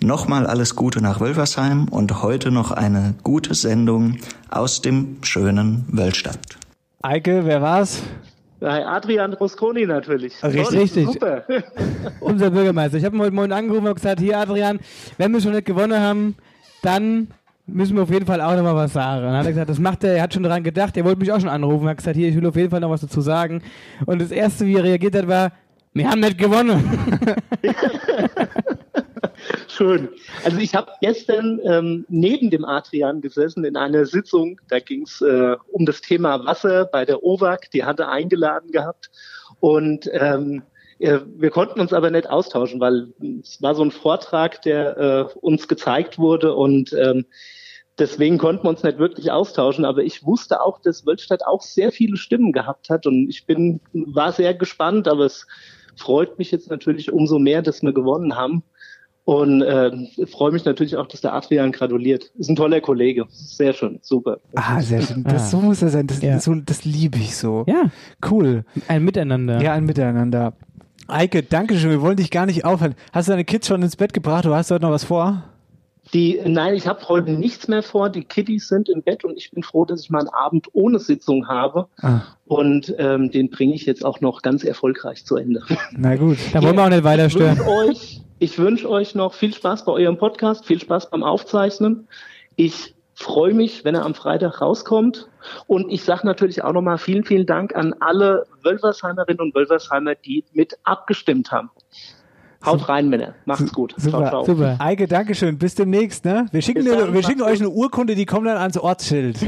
Nochmal alles Gute nach Wölfersheim und heute noch eine gute Sendung aus dem schönen Wölstadt.
Eike, wer war's?
Bei Adrian Rosconi natürlich.
Richtig,
Toll,
richtig.
Super.
Unser Bürgermeister. Ich habe ihn heute Morgen angerufen und gesagt, hier Adrian, wenn wir schon nicht gewonnen haben, dann müssen wir auf jeden Fall auch nochmal was sagen. Dann hat er gesagt, das macht er, er hat schon daran gedacht, er wollte mich auch schon anrufen, hat gesagt, hier, ich will auf jeden Fall noch was dazu sagen. Und das Erste, wie er reagiert hat, war, wir haben nicht gewonnen.
Schön. Also ich habe gestern ähm, neben dem Adrian gesessen in einer Sitzung. Da ging es äh, um das Thema Wasser bei der OVAG. Die hatte eingeladen gehabt. Und ähm, äh, wir konnten uns aber nicht austauschen, weil es war so ein Vortrag, der äh, uns gezeigt wurde. Und ähm, deswegen konnten wir uns nicht wirklich austauschen. Aber ich wusste auch, dass Wölstadt auch sehr viele Stimmen gehabt hat. Und ich bin, war sehr gespannt, aber es freut mich jetzt natürlich umso mehr, dass wir gewonnen haben. Und äh, freue mich natürlich auch, dass der Adrian gratuliert. Ist ein toller Kollege. Sehr schön, super.
Ah, sehr schön. Das, So muss das sein. Das, so, das liebe ich so. Ja. Cool.
Ein Miteinander.
Ja, ein Miteinander. Eike, danke schön. Wir wollen dich gar nicht aufhalten. Hast du deine Kids schon ins Bett gebracht oder hast du heute noch was vor?
Die, nein, ich habe heute nichts mehr vor. Die Kiddies sind im Bett und ich bin froh, dass ich mal einen Abend ohne Sitzung habe.
Ah,
Und ähm, den bringe ich jetzt auch noch ganz erfolgreich zu Ende.
Na gut.
Da wollen wir auch nicht weiter stören.
Ich wünsche euch, ich wünsch euch noch viel Spaß bei eurem Podcast, viel Spaß beim Aufzeichnen. Ich freue mich, wenn er am Freitag rauskommt. Und ich sage natürlich auch nochmal vielen, vielen Dank an alle Wölfersheimerinnen und Wölfersheimer, die mit abgestimmt haben. Haut rein, Männer. Macht's gut.
Super, super. Eike, danke schön. Bis demnächst. Ne? Wir schicken,
Bis
dir,
dann.
wir schicken euch eine Urkunde, die kommt dann ans Ortsschild.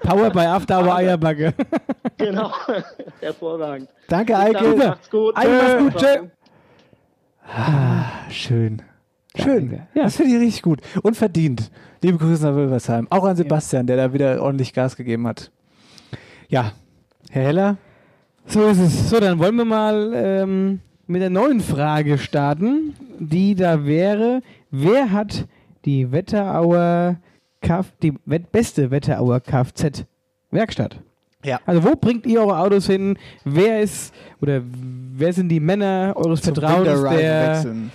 Power by After Hour Eierbacke.
Genau. Hervorragend.
Danke,
Bis
Eike.
dann. Macht's gut.
Eike, mach's gut. Tschö.
Ciao.
Ah, schön. Schön. Das finde ich richtig gut. Und verdient. Liebe Grüße nach Wilversheim. Auch an Sebastian, der da wieder ordentlich Gas gegeben hat. Ja, Herr Heller.
So ist es. So, dann wollen wir mal ähm, mit der neuen Frage starten, die da wäre, wer hat die Wetterauer Kf die wett beste Wetterauer Kfz Werkstatt?
Ja.
Also wo bringt ihr eure Autos hin? Wer ist oder wer sind die Männer eures
Zum
Vertrauens
Winterreifen
der
wechseln.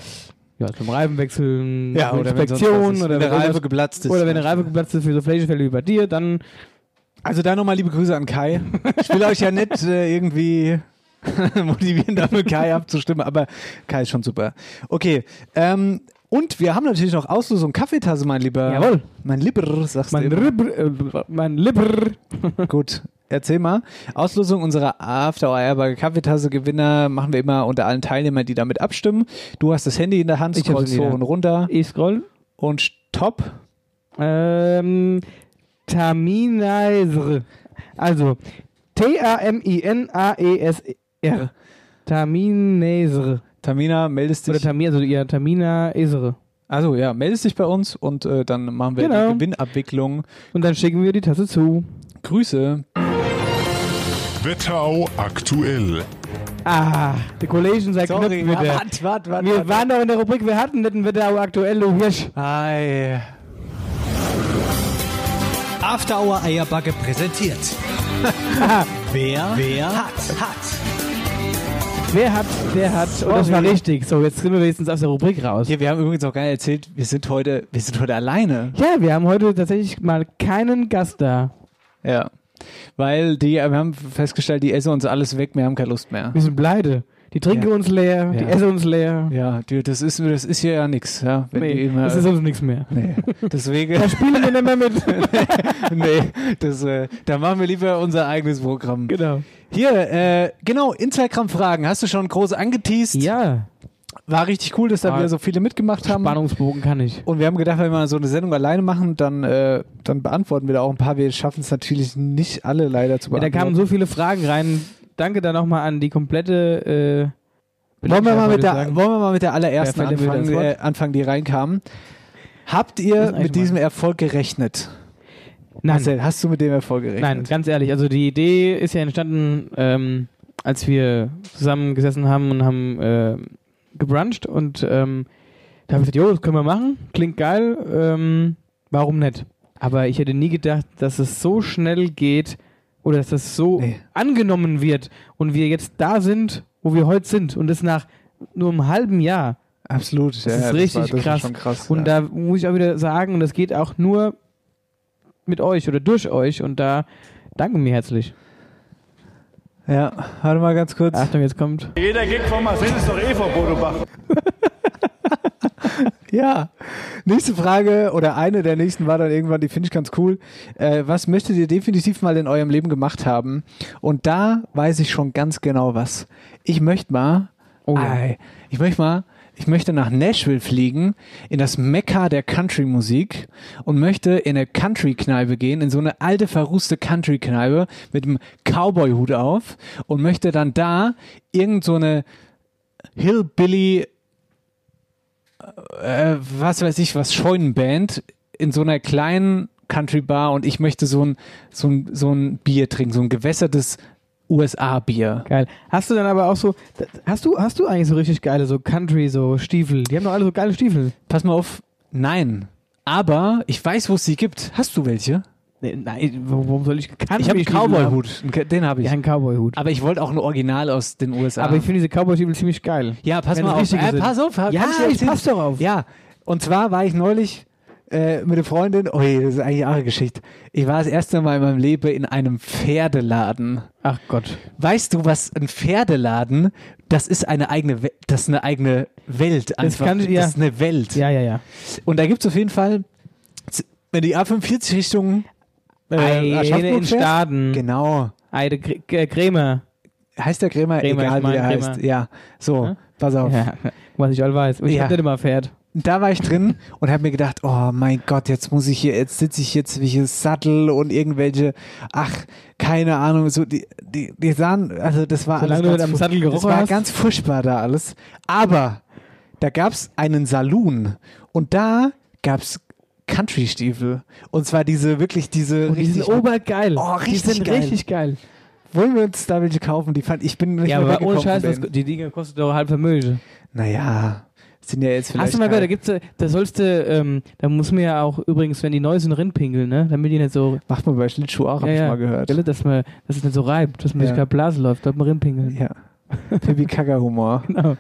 ja, zum Reifenwechseln,
Ja,
zur
oder wenn sonst was
Inspektion
ist,
oder
wenn der
irgendwas-
Reife geplatzt ist
Oder wenn
zum
der Reife geplatzt ist für so Flächenfälle über dir, dann
Also da nochmal liebe Grüße an Kai. Ich will euch ja nicht äh, irgendwie motivieren, dafür Kai abzustimmen, aber Kai ist schon super. Okay, ähm, und wir haben natürlich noch Auslosung Kaffeetasse, mein lieber.
Jawohl.
Mein Lieber, sagst
Mein
du. immer.
Ribber, äh, mein Lipper.
Gut, erzähl mal. Auslosung unserer after hour kaffeetasse gewinner machen wir immer unter allen Teilnehmern, die damit abstimmen. Du hast das Handy in der Hand,
Ich hab's
scrollst
in der
hoch und
Hand.
runter.
Ich scroll.
Und top.
Ähm, Taminaiser. Also, T-A-M-I-N-A-E-S-R. Taminaiser.
Tamina, meldest
dich. Oder Tamina, also ja, Tamina Esere.
Also ja, meldest dich bei uns und äh, dann machen wir
Genau.
die Gewinnabwicklung.
Und dann schicken wir die Tasse zu.
Grüße.
Wetterau aktuell.
Ah, die Kollegen sagt knapp
Sorry,
wieder.
ja, wart, wart, wart,
wir
wart, Ah.
waren doch in der Rubrik, wir hatten nicht ein Wetter aber aktuell, du Hirsch.
Ei.
After Hour Eierbacke präsentiert. wer, wer hat, hat.
Wer hat, der hat. Und das war richtig. So, jetzt sind wir wenigstens aus der Rubrik raus.
Hier, wir haben übrigens auch gar nicht erzählt, wir sind heute, wir sind heute alleine.
Ja, wir haben heute tatsächlich mal keinen Gast da.
Ja. Weil die, wir haben festgestellt, die essen uns alles weg, wir haben keine Lust mehr.
Wir sind pleite. Die trinken
Ja.
uns leer, die
Ja.
essen uns leer.
Ja, die, das ist das ist hier ja nichts, ja. Wenn
Nee,
die immer,
das ist uns nichts mehr.
Nee. Deswegen.
Da spielen wir nicht mehr mit.
nee, das, äh, da machen wir lieber unser eigenes Programm.
Genau.
Hier, äh, genau, Instagram-Fragen. Hast du schon groß angeteased?
Ja.
War richtig cool, dass da
War-
wieder so viele mitgemacht haben.
Spannungsbogen kann ich.
Und wir haben gedacht, wenn wir so eine Sendung alleine machen, dann, äh, dann beantworten wir da auch ein paar. Wir schaffen es natürlich nicht alle leider zu
Ja, da
beantworten.
kamen so viele Fragen rein. Danke da nochmal an die komplette. Äh,
wollen, wir mal mit der,
Sagen.
wollen wir mal mit der allerersten
Wer fällt dir wieder
anfangen,
ins
äh,
Wort?
anfangen, die reinkamen. Habt
Das
ihr
ist eigentlich
mit diesem Erfolg gerechnet?
Nein.
Marcel, hast du mit dem Erfolg gerechnet?
Nein, ganz ehrlich. Also die Idee ist ja entstanden, ähm, als wir zusammengesessen haben und haben äh, gebruncht und ähm, da habe ich gesagt, jo, das können wir machen, klingt geil, ähm, warum nicht? Aber ich hätte nie gedacht, dass es so schnell geht oder dass das so angenommen wird und wir jetzt da sind, wo wir heute sind und das nach nur einem halben Jahr.
Absolut,
das
ja,
ist
das
richtig
war- das ist
krass.
schon krass,
Und da
ja.
muss ich auch wieder sagen, und das geht auch nur mit euch oder durch euch und da danke mir herzlich.
Ja, warte mal ganz
Ah.
kurz.
Achtung, jetzt kommt.
Jeder Gig von Marcel ist doch eh vor Bodo Bach.
Ja. Nächste Frage oder eine der nächsten war dann irgendwann, die finde ich ganz cool. Äh, was möchtet ihr definitiv mal in eurem Leben gemacht haben? Und da weiß ich schon ganz genau was. Ich möchte mal, Ei, ich möchte mal, ich möchte nach Nashville fliegen, in das Mekka der Country-Musik und möchte in eine Country-Kneipe gehen, in so eine alte, verrußte Country-Kneipe mit einem Cowboy-Hut auf und möchte dann da irgend so eine Hillbilly äh, was weiß ich, was Scheunenband in so einer kleinen Country Bar und ich möchte so ein, so ein, so ein Bier trinken, so ein gewässertes USA-Bier.
Geil. Hast du dann aber auch so, d- hast du, hast du eigentlich so richtig geile, so Country, so Stiefel? Die haben doch alle so geile Stiefel.
Pass mal auf, nein. Aber ich weiß, wo es sie gibt. Hast du welche?
Nee, nein, warum soll ich Country
ich habe einen
Stiefel
Cowboy-Hut, Einen Ca- den habe ich.
Ja, einen Cowboy-Hut.
Aber ich wollte auch ein Original aus den USA.
Aber ich finde diese Cowboy-Stiefel ziemlich geil.
Ja, pass
Wenn
mal
es
auf.
richtige
Äh,
sind.
pass auf. hab-
Ja,
kann ich dir
ich
erzählen?
pass doch auf.
Ja, und zwar war ich neulich äh, mit einer Freundin. Oh, je, das ist eigentlich eine Geschichte. Ich war das erste Mal in meinem Leben in einem Pferdeladen.
Ach Gott.
Weißt du, was ein Pferdeladen? Das ist eine eigene, We das ist eine eigene Welt. Einfach.
kann ich- ja.
das ist eine Welt.
Ja, ja, ja.
Und da gibt es auf jeden Fall, wenn die A45 Richtung äh,
Eine
Aschaffenburg
in
fährst-
Staden.
Genau.
Eide Krämer.
Heißt der Krämer?
Krämer,
Egal
ich
wie
mein
der
Krämer.
heißt. Ja. So,
Ja?
pass auf.
Ja, was ich all weiß. Und ich
Ja.
hab nicht immer Pferd.
da war ich drin und habe mir gedacht, oh mein Gott, jetzt muss ich hier, jetzt sitze ich jetzt wie ein Sattel und irgendwelche, ach, keine Ahnung, so die, die, die sahen, also das war
Solange
alles
du am
furch-
Sattel
Das
gerochen
war
hast.
ganz furchtbar da alles. Aber da gab's einen Saloon und da gab's Country-Stiefel. Und zwar diese, wirklich diese
Und die sind obergeil.
Oh, richtig
die sind
geil.
richtig geil.
Wollen wir uns da welche kaufen? Die fand ich bin nicht
Ja, aber
mehr
ohne
weggekommen
Scheiß,
von
was,
denen.
die Dinger kosten doch halb Vermögen.
Naja, sind ja jetzt vielleicht.
Hast du mal
keine-
gehört, da gibt's, äh, da sollst du, ähm, da muss man ja auch übrigens, wenn die neu sind, reinpinkeln, ne? Damit die nicht so,
Macht man bei Schlittschuh auch, habe
Ja,
ich
ja.
mal gehört.
Gell, dass man, dass es nicht so reibt, dass man
Ja.
sich keine Blase läuft, da man reinpinkeln.
Ja. Pipi Kaka Humor.
Genau.
Du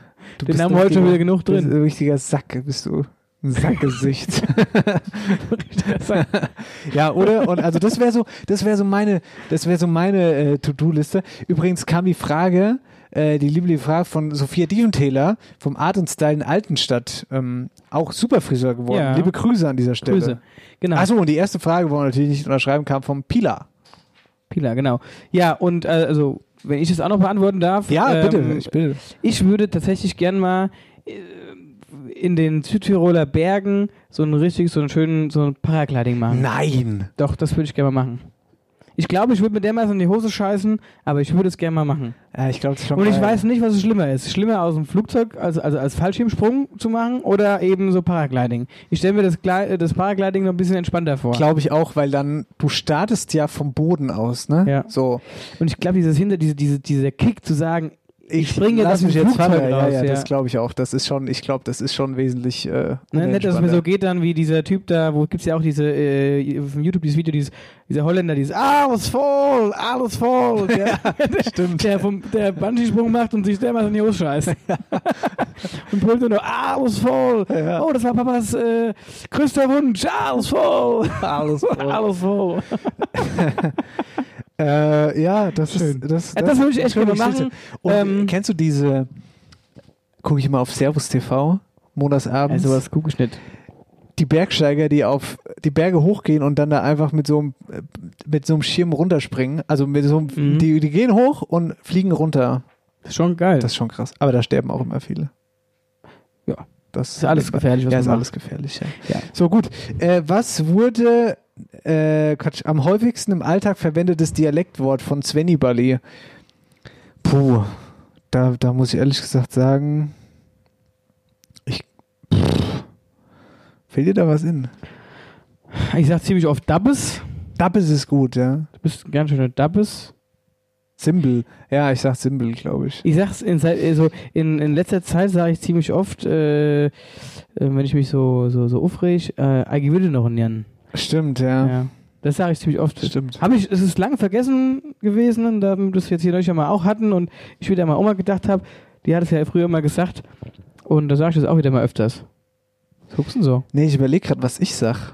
Den
bist
haben
ein
wir heute schon
richtiger-
wieder genug
du bist
drin.
Ein richtiger Sack bist du. Ein Sackgesicht. ja, oder? Und also das wäre so, das wäre so meine, das wäre so meine äh, To-Do-Liste. Übrigens kam die Frage, äh, die liebe, liebe Frage von Sophia Dienthaler vom Art und Style in Altenstadt, ähm, auch Superfriseur geworden.
Ja.
Liebe Grüße an dieser Stelle.
Grüße. Genau.
Achso, und die erste Frage, wollen wir natürlich nicht unterschreiben, kam vom Pila.
Pila, genau. Ja, und äh, also, wenn ich das auch noch beantworten darf.
Ja,
ähm,
bitte, ich bitte.
Ich würde tatsächlich gern mal äh, in den Südtiroler Bergen so einen richtig, so einen schönen, so einen Paragliding machen.
Nein.
Doch, das würde ich gerne mal machen. Ich glaube, ich würde mir dermaßen in die Hose scheißen, aber ich würde es gerne mal machen.
Ja, Äh, ich glaube schon.
Und ich
mal-
weiß nicht, was es schlimmer ist. Schlimmer aus dem Flugzeug, also, also als Fallschirmsprung zu machen oder eben so Paragliding. Ich stelle mir das, Glei- das Paragliding noch ein bisschen entspannter vor.
Glaube ich auch, weil dann, du startest ja vom Boden aus, ne?
Ja.
So.
Und ich glaube, dieses hinter diese, diese, dieser Kick zu sagen, ich, springe jetzt
lass
aus dem
mich jetzt
Flugzeug
fallen. Ja,
raus.
ja,
Ja,
das glaube ich auch. Das ist schon, ich glaube, das ist schon wesentlich. Äh,
Ne, nicht, dass es mir
unentspannter.
so geht dann wie dieser Typ da, wo gibt's ja auch diese, äh, auf YouTube dieses Video, dieses, dieser Holländer, dieses alles voll, alles voll, der,
Stimmt.
der, vom, der Bungee-Sprung macht und sich dermaßen in die Hose scheißt. und brüllt nur noch, alles voll,
Ja.
oh, das war Papas äh, größter Wunsch, alles voll,
Alles voll.
alles voll.
äh, ja, das
Schön.
ist. Das,
Ja, das würde ich echt
schöne
gerne mal machen.
Geschichte. Und
Ähm,
kennst du diese? Gucke ich mal auf Servus TV, montagsabends.
Also was guck ich nicht.
die Bergsteiger, die auf die Berge hochgehen und dann da einfach mit so einem, äh, mit so einem Schirm runterspringen. Also mit so einem,
Mhm.
die, die gehen hoch und fliegen runter.
Das ist schon geil.
Das ist schon krass. Aber da sterben auch immer viele.
Ja.
Das
ist alles gefährlich, was
ja,
man
ist
macht.
alles gefährlich. Ja.
Ja.
So gut. Äh, was wurde äh, Quatsch, am häufigsten im Alltag verwendetes Dialektwort von Svenny Ballet? Puh, da, da muss ich ehrlich gesagt sagen, ich pff, fällt dir da was in?
Ich sag ziemlich oft Dabbes,
Dabbes ist gut, ja.
du bist ein ganz schöner Dabbes.
Simbel. Ja, ich sag Simbel, glaube ich.
Ich sag's in, Zeit- also in, in letzter Zeit sage ich ziemlich oft, äh, äh, wenn ich mich so, so, so aufreg, äh, ich würde noch einen Jan.
Stimmt, ja.
Ja. Das sage ich ziemlich oft.
Stimmt.
Habe ich, es ist lange vergessen gewesen, und da wir das jetzt hier neulich ja mal auch hatten und ich wieder mal Oma gedacht habe, die hat es ja früher mal gesagt und da sage ich das auch wieder mal öfters. Was guckst du denn so?
Nee, ich überlege gerade, was ich sag.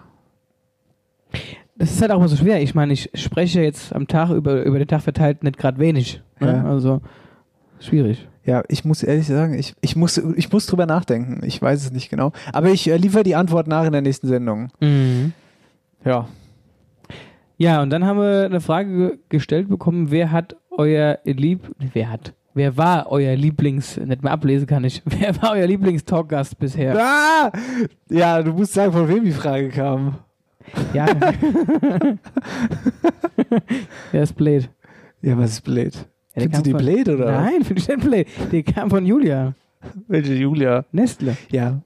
Das ist halt auch mal so schwer. Ich meine, ich spreche jetzt am Tag über, über den Tag verteilt nicht gerade wenig. Ne?
Ja.
Also Schwierig.
Ja, ich muss ehrlich sagen, ich, ich, muss, ich muss drüber nachdenken. Ich weiß es nicht genau. Aber ich äh, liefere die Antwort nach in der nächsten Sendung. Ja.
Mhm. Ja, und dann haben wir eine Frage ge- gestellt bekommen, wer hat euer Lieb... Wer hat? Wer war euer Lieblings... Nicht mehr ablesen kann ich. Wer war euer Lieblingstalkgast bisher?
Ah! Ja, du musst sagen, von wem die Frage kam.
Ja. der ist blöd.
Ja, was ist blöd?
Ja, der
Findest
kam
du die
von-
blöd, oder?
Nein, finde ich nicht blöd. Die kam von Julia.
Welche Julia?
Nestle.
Ja.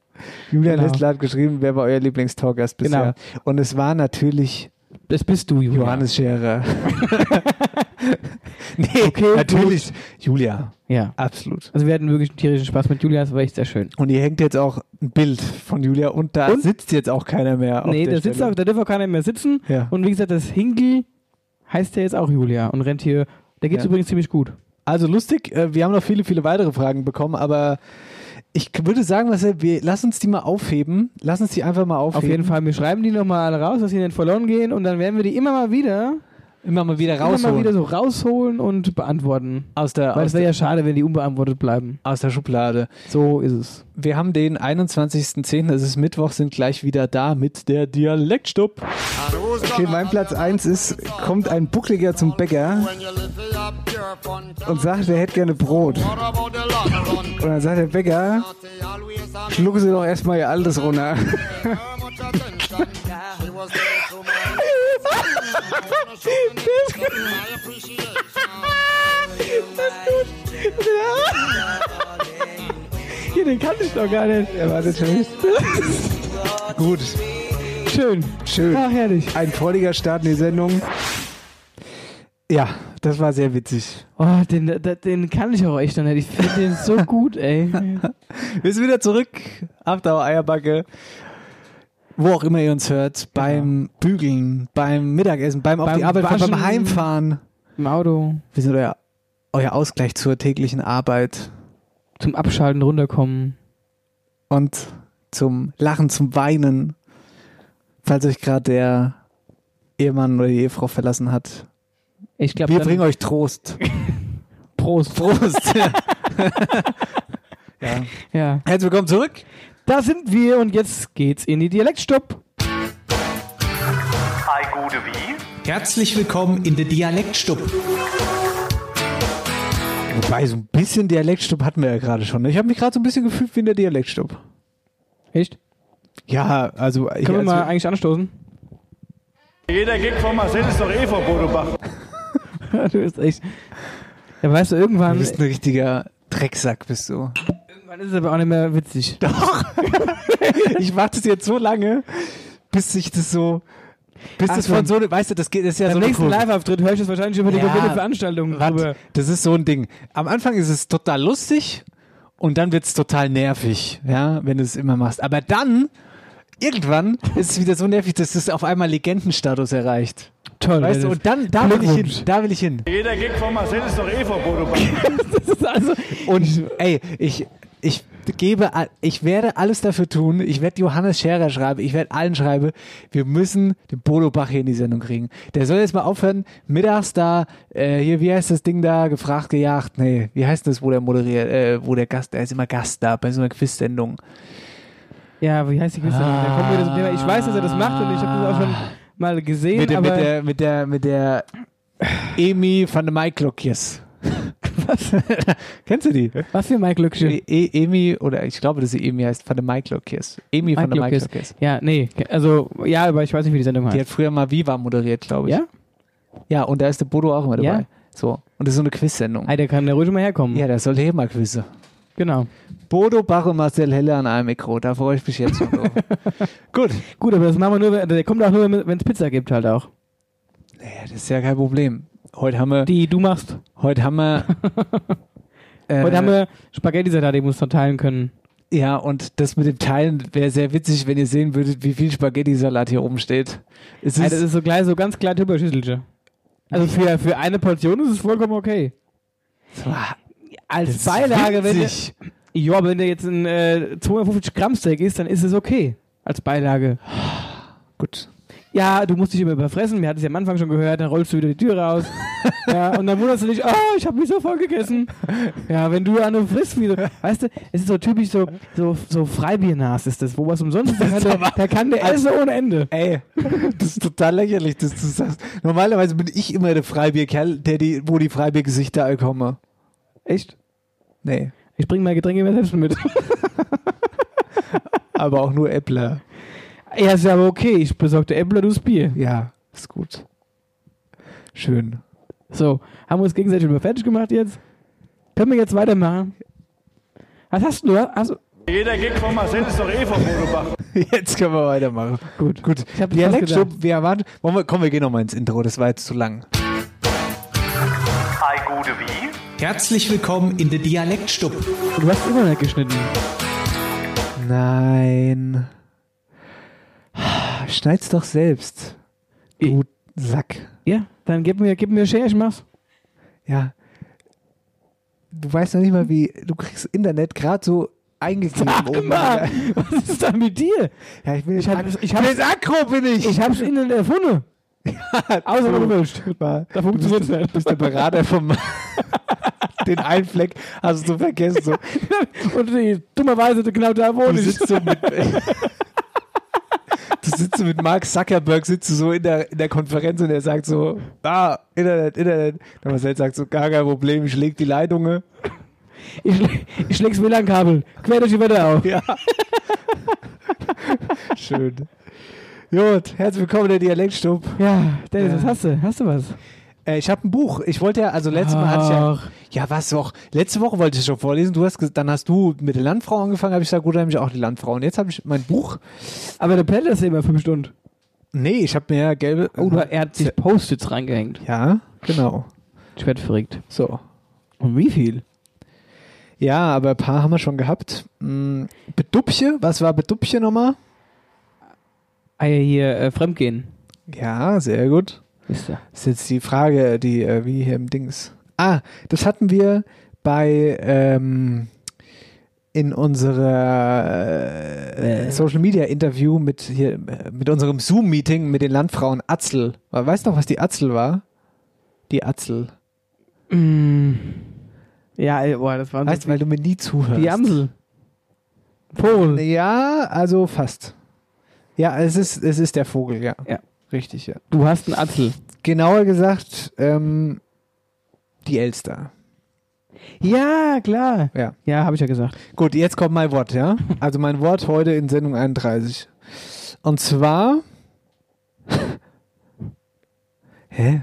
Julia
Genau.
Nestle hat geschrieben, wer war euer Lieblingstalkgast bisher? Und es war natürlich.
Das bist du, Julia.
Johannes Scherer. nee, natürlich. Julia.
Ja.
Absolut.
Also wir hatten wirklich einen tierischen Spaß mit Julia, das war echt sehr schön.
Und hier hängt jetzt auch ein Bild von Julia und da
Und?
sitzt jetzt auch keiner mehr. Auf
nee,
der
da, sitzt
Stelle.
auch, da dürfen auch keiner mehr sitzen.
Ja.
Und wie gesagt, das Hinkel heißt ja jetzt auch Julia und rennt hier. Da geht es
Ja.
übrigens ziemlich gut.
Also lustig, äh, wir haben noch viele, viele weitere Fragen bekommen, aber ich k- würde sagen, Marcel, wir lass uns die mal aufheben. Lass uns die einfach mal aufheben.
Auf jeden Fall, wir schreiben die nochmal alle raus, dass sie nicht verloren gehen und dann werden wir die immer mal wieder,
Immer mal wieder
immer mal
rausholen.
wieder so rausholen und beantworten.
aus der,
Weil
aus
es wäre
der,
ja schade, wenn die unbeantwortet bleiben.
aus der Schublade.
So ist es.
Wir haben den 21.10., es ist Mittwoch, sind gleich wieder da mit der Dialektstub. Okay, mein Platz 1 ist, kommt ein Buckliger zum Bäcker und sagt, er hätte gerne Brot. Und dann sagt der Bäcker, schlucken Sie doch erstmal Ihr altes runter.
Hier, den kannte ich doch gar nicht.
Er war das schon nicht. Gut.
Schön.
Schön.
Ach, herrlich.
Ein freudiger Start in die Sendung. Ja, das war sehr witzig.
Oh, den, den, den kann ich auch echt noch nicht. Ich finde den so gut, ey.
Wir sind wieder zurück. After Eierbacke. Wo auch immer ihr uns hört, beim Bügeln, beim Mittagessen, beim, auf
Genau. Beim
die Arbeit fahren, beim
Waschen.
Heimfahren.
Im Auto.
Wir sind euer, euer Ausgleich zur täglichen Arbeit
Zum Abschalten runterkommen.
und zum Lachen, zum Weinen. Falls euch gerade der Ehemann oder die Ehefrau verlassen hat.
Ich glaube,
Wir bringen euch Trost.
Prost.
Prost. ja.
Ja.
Herzlich willkommen zurück.
Da sind wir und jetzt geht's in die Dialektstopp.
Herzlich willkommen in der Dialektstub.
Wobei, so ein bisschen Dialektstub hatten wir ja gerade schon. ne? Ich habe mich gerade so ein bisschen gefühlt wie in der Dialektstub.
Echt?
Ja, also ich,
Können wir
als
mal eigentlich anstoßen?
Jeder Gig von Marcel ist doch eh vor Bodobach.
du bist echt. Ja, weißt du, irgendwann,
du bist ein richtiger Drecksack, bist du.
irgendwann ist es aber auch nicht mehr witzig.
Doch. ich mache das jetzt so lange, bis ich das so, bis
Ach
das
so.
von so, eine- weißt du, das geht, das ist ja
Beim
so eine
nächsten
Kurve.
Live-Auftritt höre ich das wahrscheinlich über die
Ja.
komplette Veranstaltung drüber.
Wat? Das ist so ein Ding. Am Anfang ist es total lustig und dann wird es total nervig, ja, wenn du es immer machst. Aber dann, irgendwann, ist es wieder so nervig, dass es auf einmal Legendenstatus erreicht.
Toll.
Weißt du,
Dennis.
und dann, da will ich hin,
Glückwunsch.
da will ich hin.
Jeder Gig von Marcel ist doch eh vor Bodobach.
Das ist also,
Und ey, ich, ich gebe, a- ich werde alles dafür tun. Ich werde Johannes Scherer schreiben. Ich werde allen schreiben. Wir müssen den Bodo Bach hier in die Sendung kriegen. Der soll jetzt mal aufhören. Mittags da, äh, hier, wie heißt das Ding da? Gefragt, gejagt. Nee, wie heißt das, wo der moderiert, äh, wo der Gast, der ist immer Gast da bei so einer Quiz-Sendung.
ja, wie heißt die Kiste? Da kommen wir zum Thema. Ich weiß, dass er das macht und ich habe das auch schon mal gesehen,
Ah. Mit, der-
aber
mit der, mit der, mit der Emi van de Maiklokjes. Was? Kennst du die?
was für mein Glückchen.
E e Emi, oder ich glaube, dass sie Emi heißt, van de Maiklokjes. Emi van de
Maiklokjes.
Maiklokjes.
Ja, nee, also, ja, aber ich weiß nicht, wie die Sendung
Die
heißt.
hat früher mal Viva moderiert, glaube ich.
Ja?
Ja, und da ist der Bodo auch immer dabei.
Ja.
So. Und das ist so eine Quiz-Ssendung.
Ah, der kann da ruhig mal herkommen.
Ja, das soll hier mal Quizze.
Genau.
Bodo, Bach und Marcel Helle an einem Mikro. Da freue ich mich jetzt schon drauf. Gut.
Gut, aber das machen wir nur, wenn- der kommt auch nur, wenn es Pizza gibt halt auch.
Naja, das ist ja kein Problem. Heute haben wir.
Die du machst.
Heute haben wir. äh,
Heute haben wir Spaghetti-Salat, die muss verteilen können.
Ja, und das mit dem Teilen wäre sehr witzig, wenn ihr sehen würdet, wie viel Spaghetti-Salat hier oben steht. Es
Also das
ist,
ist so gleich, so ganz klein Tüberschüsselchen. Also für, für eine Portion ist es vollkommen okay. Als Beilage, wenn du,
witzig.
ja, aber wenn du jetzt ein äh, 250 Gramm Steak isst, dann ist es okay. Als Beilage.
Gut.
Ja, du musst dich immer überfressen. Wir hatten es ja am Anfang schon gehört. Dann rollst du wieder die Tür raus. ja, und dann wunderst du dich, oh, ich habe mich so voll gegessen. Ja, wenn du ja nur frisst, wie so, weißt du, es ist so typisch so, so, so Freibiernas ist das, wo was umsonst ist, da kann der, da kann der essen ohne Ende.
Ey, das ist total lächerlich, dass du sagst. Normalerweise bin ich immer der Freibierkerl, der die, wo die Freibiergesichter all kommen.
Echt?
Nee.
Ich bringe mein Getränke immer selbst mit.
Aber auch nur Äppler.
Ja, ist ja aber okay, ich besorgte Äppler, du das Bier.
Ja, ist gut. Schön.
So, haben wir uns gegenseitig über fertig gemacht jetzt? Können wir jetzt weitermachen? Was hast du? Hast, du-
Jeder Gig von Marcel ist doch eh vom Modebach.
Jetzt können wir weitermachen.
Gut.
Gut.
Ich hab
Dialekt
was gedacht.
schon, wir waren, wollen wir, komm, wir gehen nochmal ins Intro, das war jetzt zu lang.
Hi, gute wie?
Herzlich willkommen in der Dialektstub.
Du hast immer nicht geschnitten.
Nein. Schneid's doch selbst. Du Sack.
Ja, dann gib mir, gib mir Schere, ich mach's.
Ja. Du weißt noch nicht mal, wie, du kriegst Internet gerade so eingegeben.
Sag mal, was ist da mit dir?
Ja, ich bin
Ich hab, ich
Ich
hab,
bin jetzt aggro, bin ich.
ich hab's innen erfunden. Außer du willst.
Mal.
Da funktioniert's nicht.
bist der Berater vom den einen Fleck hast du vergessen. So.
Und die, dummerweise, genau da
Du
wohne ich.
sitzt so mit Du sitzt so mit Mark Zuckerberg, sitzt du so in der, in der Konferenz und er sagt so, ah, Internet, Internet. Und Marcel sagt so, gar kein Problem, ich leg die ne?" Leitungen.
Ich, schlä- ich schläg's WLAN-Kabel. Quer durch die Wette auf.
Ja. Schön. Jut, herzlich willkommen in der Dialektstub.
Ja, Dennis,
Ja.
was hast du? Hast du was?
Äh, ich habe ein Buch. Ich wollte ja, also letztes Mal hatte ich ja.
Ach.
Ja, was auch. Letzte Woche wollte ich schon vorlesen. Du hast, ges- dann hast du mit der Landfrau angefangen, habe ich gesagt, gut, dann nehme ich auch die Landfrau. Und jetzt habe ich mein Buch.
Aber der Pendel ist immer fünf Stunden.
Nee, ich habe mir ja gelbe.
Oh, du, er hat sich Post-its reingehängt.
Ja, genau.
Ich werd verrückt.
So.
Und wie viel?
Ja, aber ein paar haben wir schon gehabt. Hm, Beduppche, was war Beduppche nochmal?
Ah ja, hier, äh, Fremdgehen.
Ja, sehr gut.
Ist er.
Das ist jetzt die Frage, die äh, wie hier im Dings. Ah, das hatten wir bei ähm, in unserer äh, Social Media Interview mit hier äh, mit unserem Zoom Meeting mit den Landfrauen Atzel. Weißt du noch, was die Atzel war? Die Atzel.
Mm. Ja, ey, boah, das war
Weißt du, weil du mir nie zuhörst.
Die Amsel. Polen.
Ja, also fast. Ja, es ist es ist der Vogel, ja.
Ja.
Richtig, ja.
Du hast einen Atzel.
Genauer gesagt, ähm, die Elster.
Ja, klar.
Ja.
Ja, habe ich ja gesagt.
Gut, jetzt kommt mein Wort, ja? Also mein Wort heute in Sendung 31. Und zwar. Hä?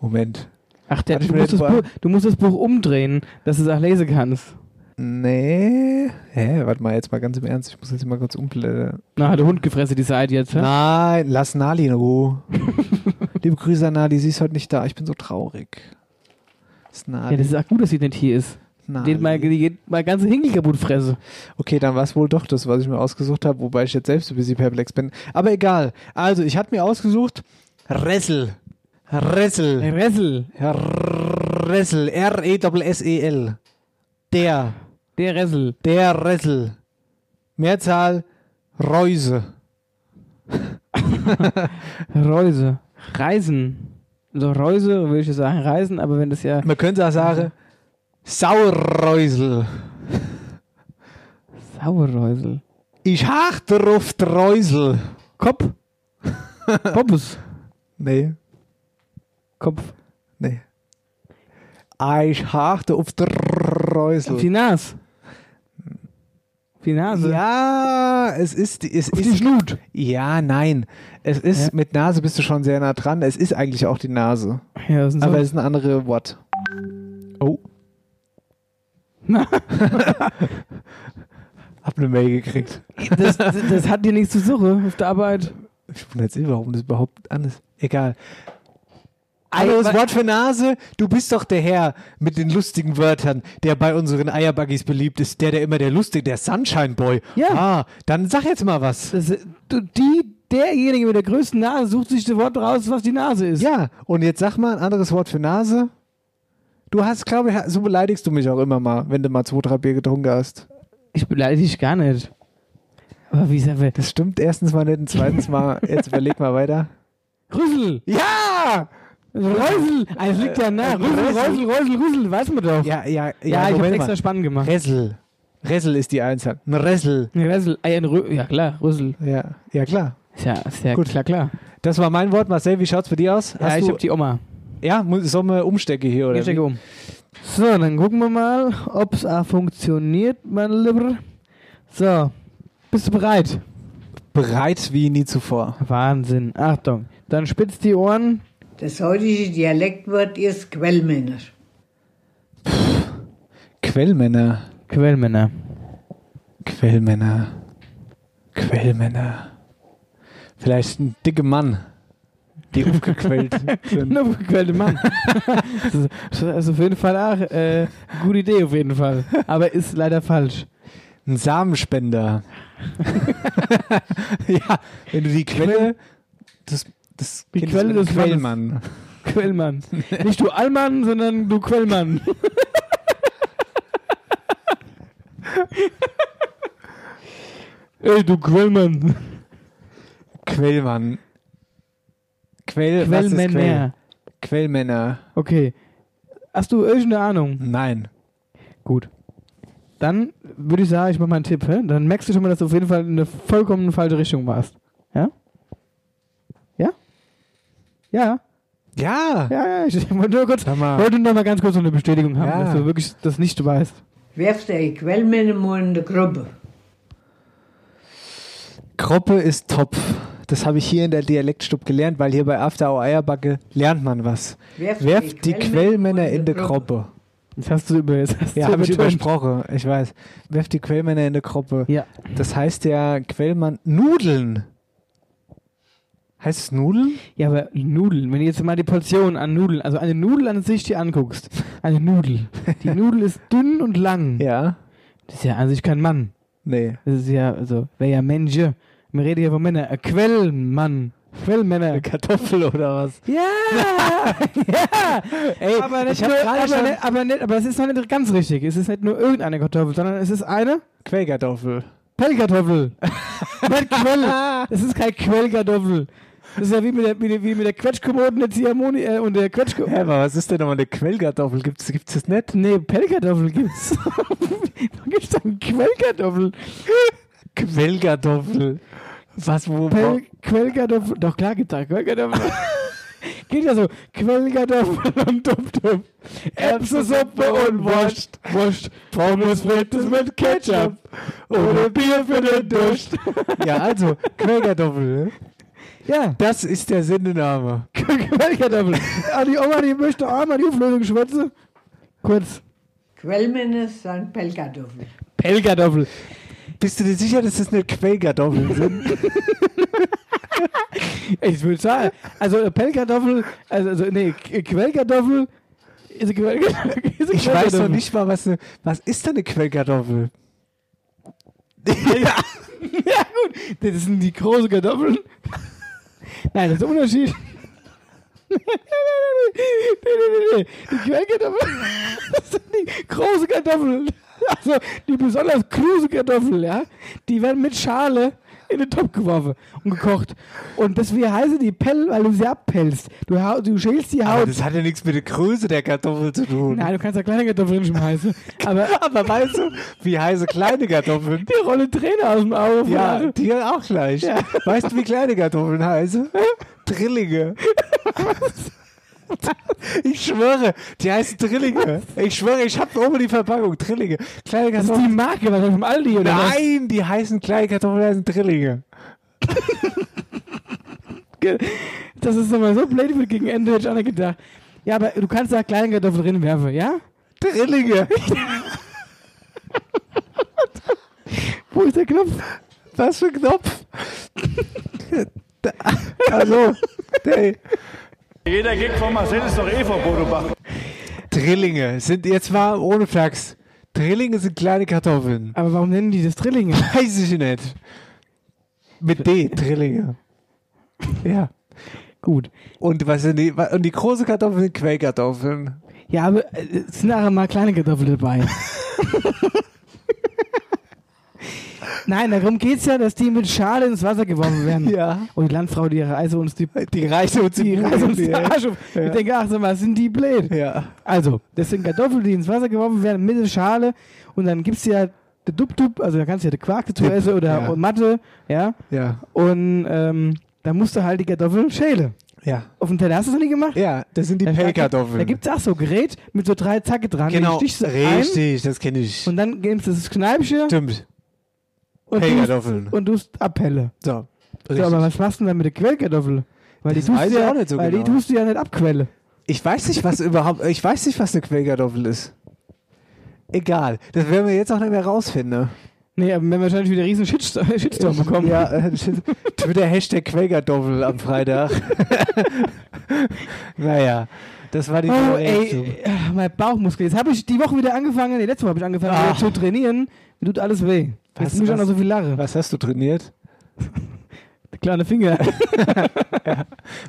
Moment.
Ach, der,
Hatte ich
du,
mir
musst das
jetzt vor-
Buch, du musst das Buch umdrehen, dass du es auch lesen kannst.
Nee. Hä? Warte mal, jetzt mal ganz im Ernst. Ich muss jetzt mal kurz umblättern.
Na, hat der Hund gefressen, die Seite jetzt. hä?
Nein, lass Nali in Ruhe. Liebe Grüße an Nali, sie ist heute nicht da. Ich bin so traurig. Das ist Nali.
Ja, das ist auch gut, dass sie nicht hier ist.
Nali.
Den mal, die geht mal ganze Hinkel kaputt fresse.
Okay, dann war es wohl doch das, was ich mir ausgesucht habe, wobei ich jetzt selbst ein bisschen perplex bin. Aber egal. Also, ich hatte mir ausgesucht Ressel. Ressel.
Ressel.
Ressel. E R-E-S-S-E-L. Der.
Der Ressel.
Der Ressel. Mehrzahl Reuse.
Reuse. Reisen. So Reuse würde ich sagen, Reisen, aber wenn das ja.
Man könnte auch sagen Saureusel.
Sauerreusel.
Ich hachte drauf die Reusel.
Kopf. Poppes.
Nee,
Kopf.
nee. Ich hachte auf die Reusel.
Auf die Nase. Auf die Nase.
Ja, es ist, es ist die Schlut. Ja, nein. Es ist,
Ja.
mit Nase bist du schon sehr nah dran. Es ist eigentlich auch die Nase.
ja was ist denn so?
Aber es ist ein anderes Wort. Oh. Hab eine ne Mail gekriegt.
das, das, das hat dir nichts zu suchen auf der Arbeit.
Ich wundere jetzt eh, warum das überhaupt anders. Egal.
Ei,
Anderes
wa-
Wort für Nase. Du bist doch der Herr mit den lustigen Wörtern, der bei unseren Eierbuggies beliebt ist. Der, der immer der lustige, der Sunshine Boy.
Ja.
Ah, dann sag jetzt mal was.
Das, du, die, derjenige mit der größten Nase sucht sich das Wort raus, was die Nase ist.
Ja, und jetzt sag mal ein anderes Wort für Nase. Du hast, glaube ich, so beleidigst du mich auch immer mal, wenn du mal zwei, drei Bier getrunken hast.
Ich beleidige dich gar nicht. Aber wie sagt man?
Das stimmt erstens mal nicht und zweitens mal, jetzt überleg mal weiter.
Rüssel!
Ja!
Rösel! Es liegt ja nah. Rösel, Rösel, Rösel, Rösel, weiß man doch.
Ja, ja, ja.
Ja, ich
Moment
hab's
mal.
extra spannend gemacht.
Ressel. Ressel ist die Einzahl. Ein Ressel.
Ein Rösel, ah, ja, ein Rö ja klar, Rösel.
Ja, ja klar.
Ist ja, ist ja klar, klar.
Das war mein Wort. Marcel, wie schaut's bei dir aus?
Ja, ich hab die Oma.
Ja, mu- sollen wir umstecken hier, oder?
Ich stecke
wie?
um. So, dann gucken wir mal, ob es auch funktioniert, mein Lieber. So, bist du bereit?
Bereit wie nie zuvor.
Wahnsinn. Achtung, dann spitzt die Ohren.
Das heutige Dialektwort ist Quellmänner.
Quellmänner.
Quellmänner.
Quellmänner. Quellmänner. Vielleicht ein dicker Mann, die aufgequellt sind.
Ein aufgequellter Mann. das, ist, das ist auf jeden Fall auch äh, gute Idee, auf jeden Fall. Aber ist leider falsch.
Ein Samenspender. ja, wenn du die Quelle, das, das
Die
Kind
Quelle
ist mit
des
Quellmann.
Quellmann. Nicht du Allmann, sondern du Quellmann. Ey, du Quellmann.
Quellmann. Quell, was ist
Quellmänner.
Quell? Quellmänner.
Okay. Hast du irgendeine Ahnung?
Nein.
Gut. Dann würde ich sagen, ich mache mal einen Tipp. Hä? Dann merkst du schon mal, dass du auf jeden Fall in eine vollkommen falsche Richtung warst. Ja? Ja? Ja?
Ja.
Ja, ja. Ich wollte nur, kurz,
mal.
wollte nur mal ganz kurz so eine Bestätigung haben,
Ja.
dass du wirklich das nicht weißt.
Werft euch Quellmänner mal in die Gruppe.
Kroppe ist Topf. Das habe ich hier in der Dialektstub gelernt, weil hier bei After Hour Eierbacke lernt man was.
Werft
Werft,
die
die
Quellmänner
Quellmänner in die
in die
Kroppe.
Das hast du über. Das hast
Ja,
du
habe ich
übertönt.
übersprochen. Ich weiß. Werft die Quellmänner in die Kroppe.
Ja.
Das heißt ja Quellmann. Nudeln. Heißt es Nudeln?
Ja, aber Nudeln, wenn du jetzt mal die Portion an Nudeln, also eine Nudel an sich dir anguckst, eine Nudel. Die Nudel ist dünn und lang.
Ja.
Das ist ja an sich kein Mann.
Nee.
Das ist ja, also, wäre ja Mensch. Wir reden hier von Männern. Äh, Quellmann. Quellmänner. Eine
Kartoffel oder was?
Ja! ja! Ey, aber, nicht
ich hab
nur,
gerade
aber,
schon-
nicht, aber, nicht, aber es ist noch nicht ganz richtig. Es ist nicht nur irgendeine Kartoffel, sondern es ist eine
Quellkartoffel.
Pellkartoffel. nicht Quell. Es ist keine Quellkartoffel. Das ist ja wie mit der, wie der, wie mit der Quetschkommode und der Ziehharmonie äh, und der Quetschkommode.
Hä, aber was ist denn nochmal eine Quellkartoffel? Gibt's, gibt's das nicht?
Nee, Pellkartoffel gibt's. Warum gibt's da eine Quellkartoffel?
Quellkartoffel. Was, wo?
Pel Quellkartoffel. Doch klar gibt's da Quellkartoffel. Geht ja so. Quellkartoffel und Dumptum. Erbsensuppe und Wurst. Wurst. Pommes frites mit Ketchup. Ohne Bier für den Durst.
ja, also, Quellkartoffel. ne?
Ja,
Das ist der Sendename.
Quellkartoffel. Ah, die Oma, die möchte einmal die Auflösung schwätzen. Kurz.
Quellmänner sind Pellkartoffeln.
Pellkartoffel.
Bist du dir sicher, dass das nicht Quellkartoffeln sind?
Ich würde sagen, also äh, Pellkartoffel, also, also nee, K- Quellkartoffel ist eine Quellkartoffel. ist eine
Ich weiß noch
Quellkartoffel.
nicht mal, was, eine, was ist denn eine Quellkartoffel?
Ja, gut. Das sind die großen Kartoffeln. Nein, das ist ein Unterschied. Nee, nee, nee, nee. Die Quellkartoffeln, das sind die großen Kartoffeln. Also die besonders großen Kartoffeln, ja. Die werden mit Schale in den Topf geworfen und gekocht. Und deswegen heißen die Pell, weil du sie abpellst. Du, hau- du schälst die
Aber
Haut.
Ah, das hat ja nichts mit der Größe der Kartoffel zu tun.
Nein, du kannst ja kleine Kartoffeln schmeißen. Aber
Aber weißt du, wie heiße kleine Kartoffeln?
die Rolle Träne aus dem Auge.
Ja, die auch gleich. Weißt du, wie kleine Kartoffeln heißen? Drillinge. Ich schwöre, die heißen Drillinge. Ich schwöre, ich habe oben die Verpackung. Drillinge. Kleine
Das ist die
Kartoffeln.
Marke, was vom Aldi oder was?
Also- Nein, die heißen kleine Kartoffeln, heißen Drillinge.
Ge- Das ist nochmal so blöd wird gegen Ende, hätte ich auch nicht gedacht. Ja, aber du kannst da kleinen Kartoffeln drin werfen, ja?
Drillinge.
Wo ist der Knopf?
Was für ein Knopf? Da- Also, hey,
Jeder Gig von Marcel ist doch eh vor Bodobach.
Drillinge sind jetzt mal ohne Flachs. Drillinge sind kleine Kartoffeln.
Aber warum nennen die das Drillinge?
Weiß ich nicht. Mit D, Drillinge. Ja.
Gut.
Und was sind die, wa- und die große Kartoffeln sind Quellkartoffeln.
Ja, aber äh, es sind nachher mal kleine Kartoffeln dabei. Nein, darum geht's ja, dass die mit Schale ins Wasser geworfen werden.
Ja.
Und die Landfrau, die reiße uns die,
die reiße uns
die
die
reiße uns den
Bude,
Arsch auf.
ja.
Ich denke, ach, sag mal, sind die blöd.
Ja.
Also, das sind Kartoffeln, die ins Wasser geworfen werden mit der Schale und dann gibt's ja der Dub-Dub, also da kannst du ja der Quark dazu
Dip,
essen oder
ja.
Matte, ja.
Ja.
Und ähm, da musst du halt die Kartoffeln schälen.
Ja.
Auf dem Teller hast du das nicht gemacht?
Ja, das sind die
Da- da-
Pellkartoffeln.
Da gibt's auch so ein Gerät mit so drei Zacke dran.
Genau,
Die stichst du
richtig, das kenne
Ein
ich.
und dann nimmst du das Kneipchen
Stimmt.
und
Pellkartoffeln.
tust- Und tust Appelle.
So.
So, aber was machst du denn dann mit der Quellkartoffel? Weil
Das
die tust
weiß
du
ich
ja,
auch nicht so
weil die
genau.
tust du ja nicht abquelle.
Ich weiß nicht, was überhaupt. Ich weiß nicht, was eine Quellkartoffel ist. Egal. Das werden wir jetzt auch nicht mehr rausfinden. ne?
Nee, aber wir haben wahrscheinlich wieder riesen Shitstorm, Shitstorm bekommen.
Ja, äh, Twitter-Hashtag Quellkartoffel am Freitag. naja, das war die
Oh,
neue Reaktion.
ey, äh, mein Bauchmuskel. Jetzt habe ich die Woche wieder angefangen, nee, letzte Woche habe ich angefangen
Ah.
wieder zu trainieren. Mir tut alles weh.
Was-
Jetzt muss ich auch noch
was-
so viel lachen.
Was hast du trainiert?
Der kleine Finger.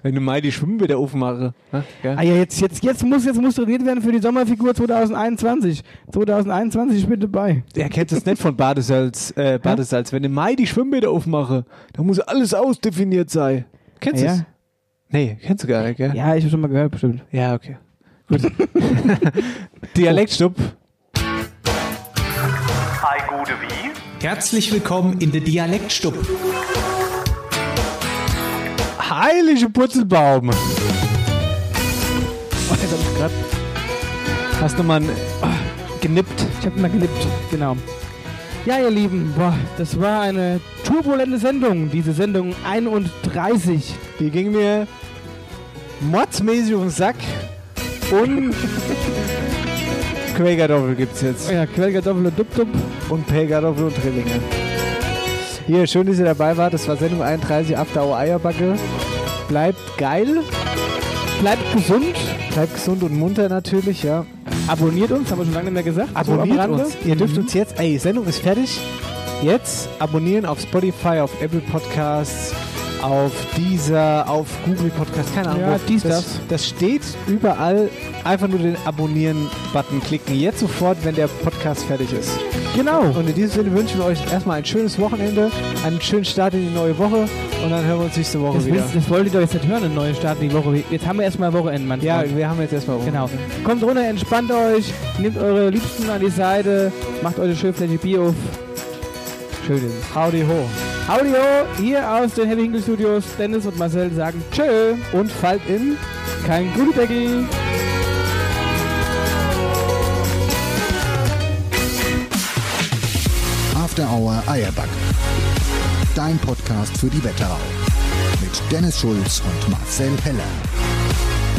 Wenn du mal die Schwimmbäder aufmache. Ne? Gell?
ah ja, jetzt, jetzt, jetzt, muss, jetzt muss trainiert werden für die Sommerfigur 2021. 2021, ich bin dabei.
Er kennt das nicht von Badesalz. Äh, Badesalz. Wenn im Mai die Schwimmbäder aufmache, dann muss alles ausdefiniert sein. Kennst du
Ja.
es? Nee, kennst du gar nicht, gell?
Ja, ich habe schon mal gehört, bestimmt.
Ja, okay. Gut. Dialektstub.
Hi, gute wie?
Herzlich willkommen in der Dialektstub.
Heilige Putzelbaum. Oh, jetzt hab ich grad. Hast du mal einen, ah, genippt?
Ich habe mal gelippt, genau. Ja, ihr Lieben, boah, das war eine turbulente Sendung, diese Sendung 31.
Die ging mir mordsmäßig um den Sack. Und Quellkartoffel gibt's jetzt.
Ja, Quellkartoffel und Dub-Dub.
Und Pellkartoffel und Trillinge. Hier, schön, dass ihr dabei wart. Das war Sendung 31 After Hour Eierbacke. Bleibt geil.
Bleibt gesund.
Bleibt gesund und munter natürlich, ja.
Abonniert uns, haben wir schon lange nicht mehr gesagt. so am
Also Abonniert
Rande.
uns. Ihr dürft uns jetzt, ey, Sendung ist fertig. Jetzt abonnieren auf Spotify, auf Apple Podcasts, auf dieser, auf Google Podcasts, keine Ahnung.
Ja,
wo.
dies,
das,
das.
das steht überall. Einfach nur den Abonnieren-Button klicken. Jetzt sofort, wenn der Podcast fertig ist.
Genau.
Und in diesem Sinne wünschen wir euch erstmal ein schönes Wochenende, einen schönen Start in die neue Woche und dann hören wir uns nächste Woche
Das,
wieder.
willst, das wollt ihr doch jetzt nicht hören, eine neue Start in die Woche. Jetzt haben wir erstmal Wochenende, Mann.
Ja,
Freund.
wir haben jetzt erstmal
genau. Kommt runter, entspannt euch, nehmt eure Liebsten an die Seite, macht eure schöne Fläche Bier auf. Schön.
Howdy ho.
Audio hier aus den Heavy Hinkel Studios. Dennis und Marcel sagen Tschö
und fallt in
kein Gullideckel.
After Hour Eierbacke. Dein Podcast für die Wetterau. Mit Dennis Schulz und Marcel Heller.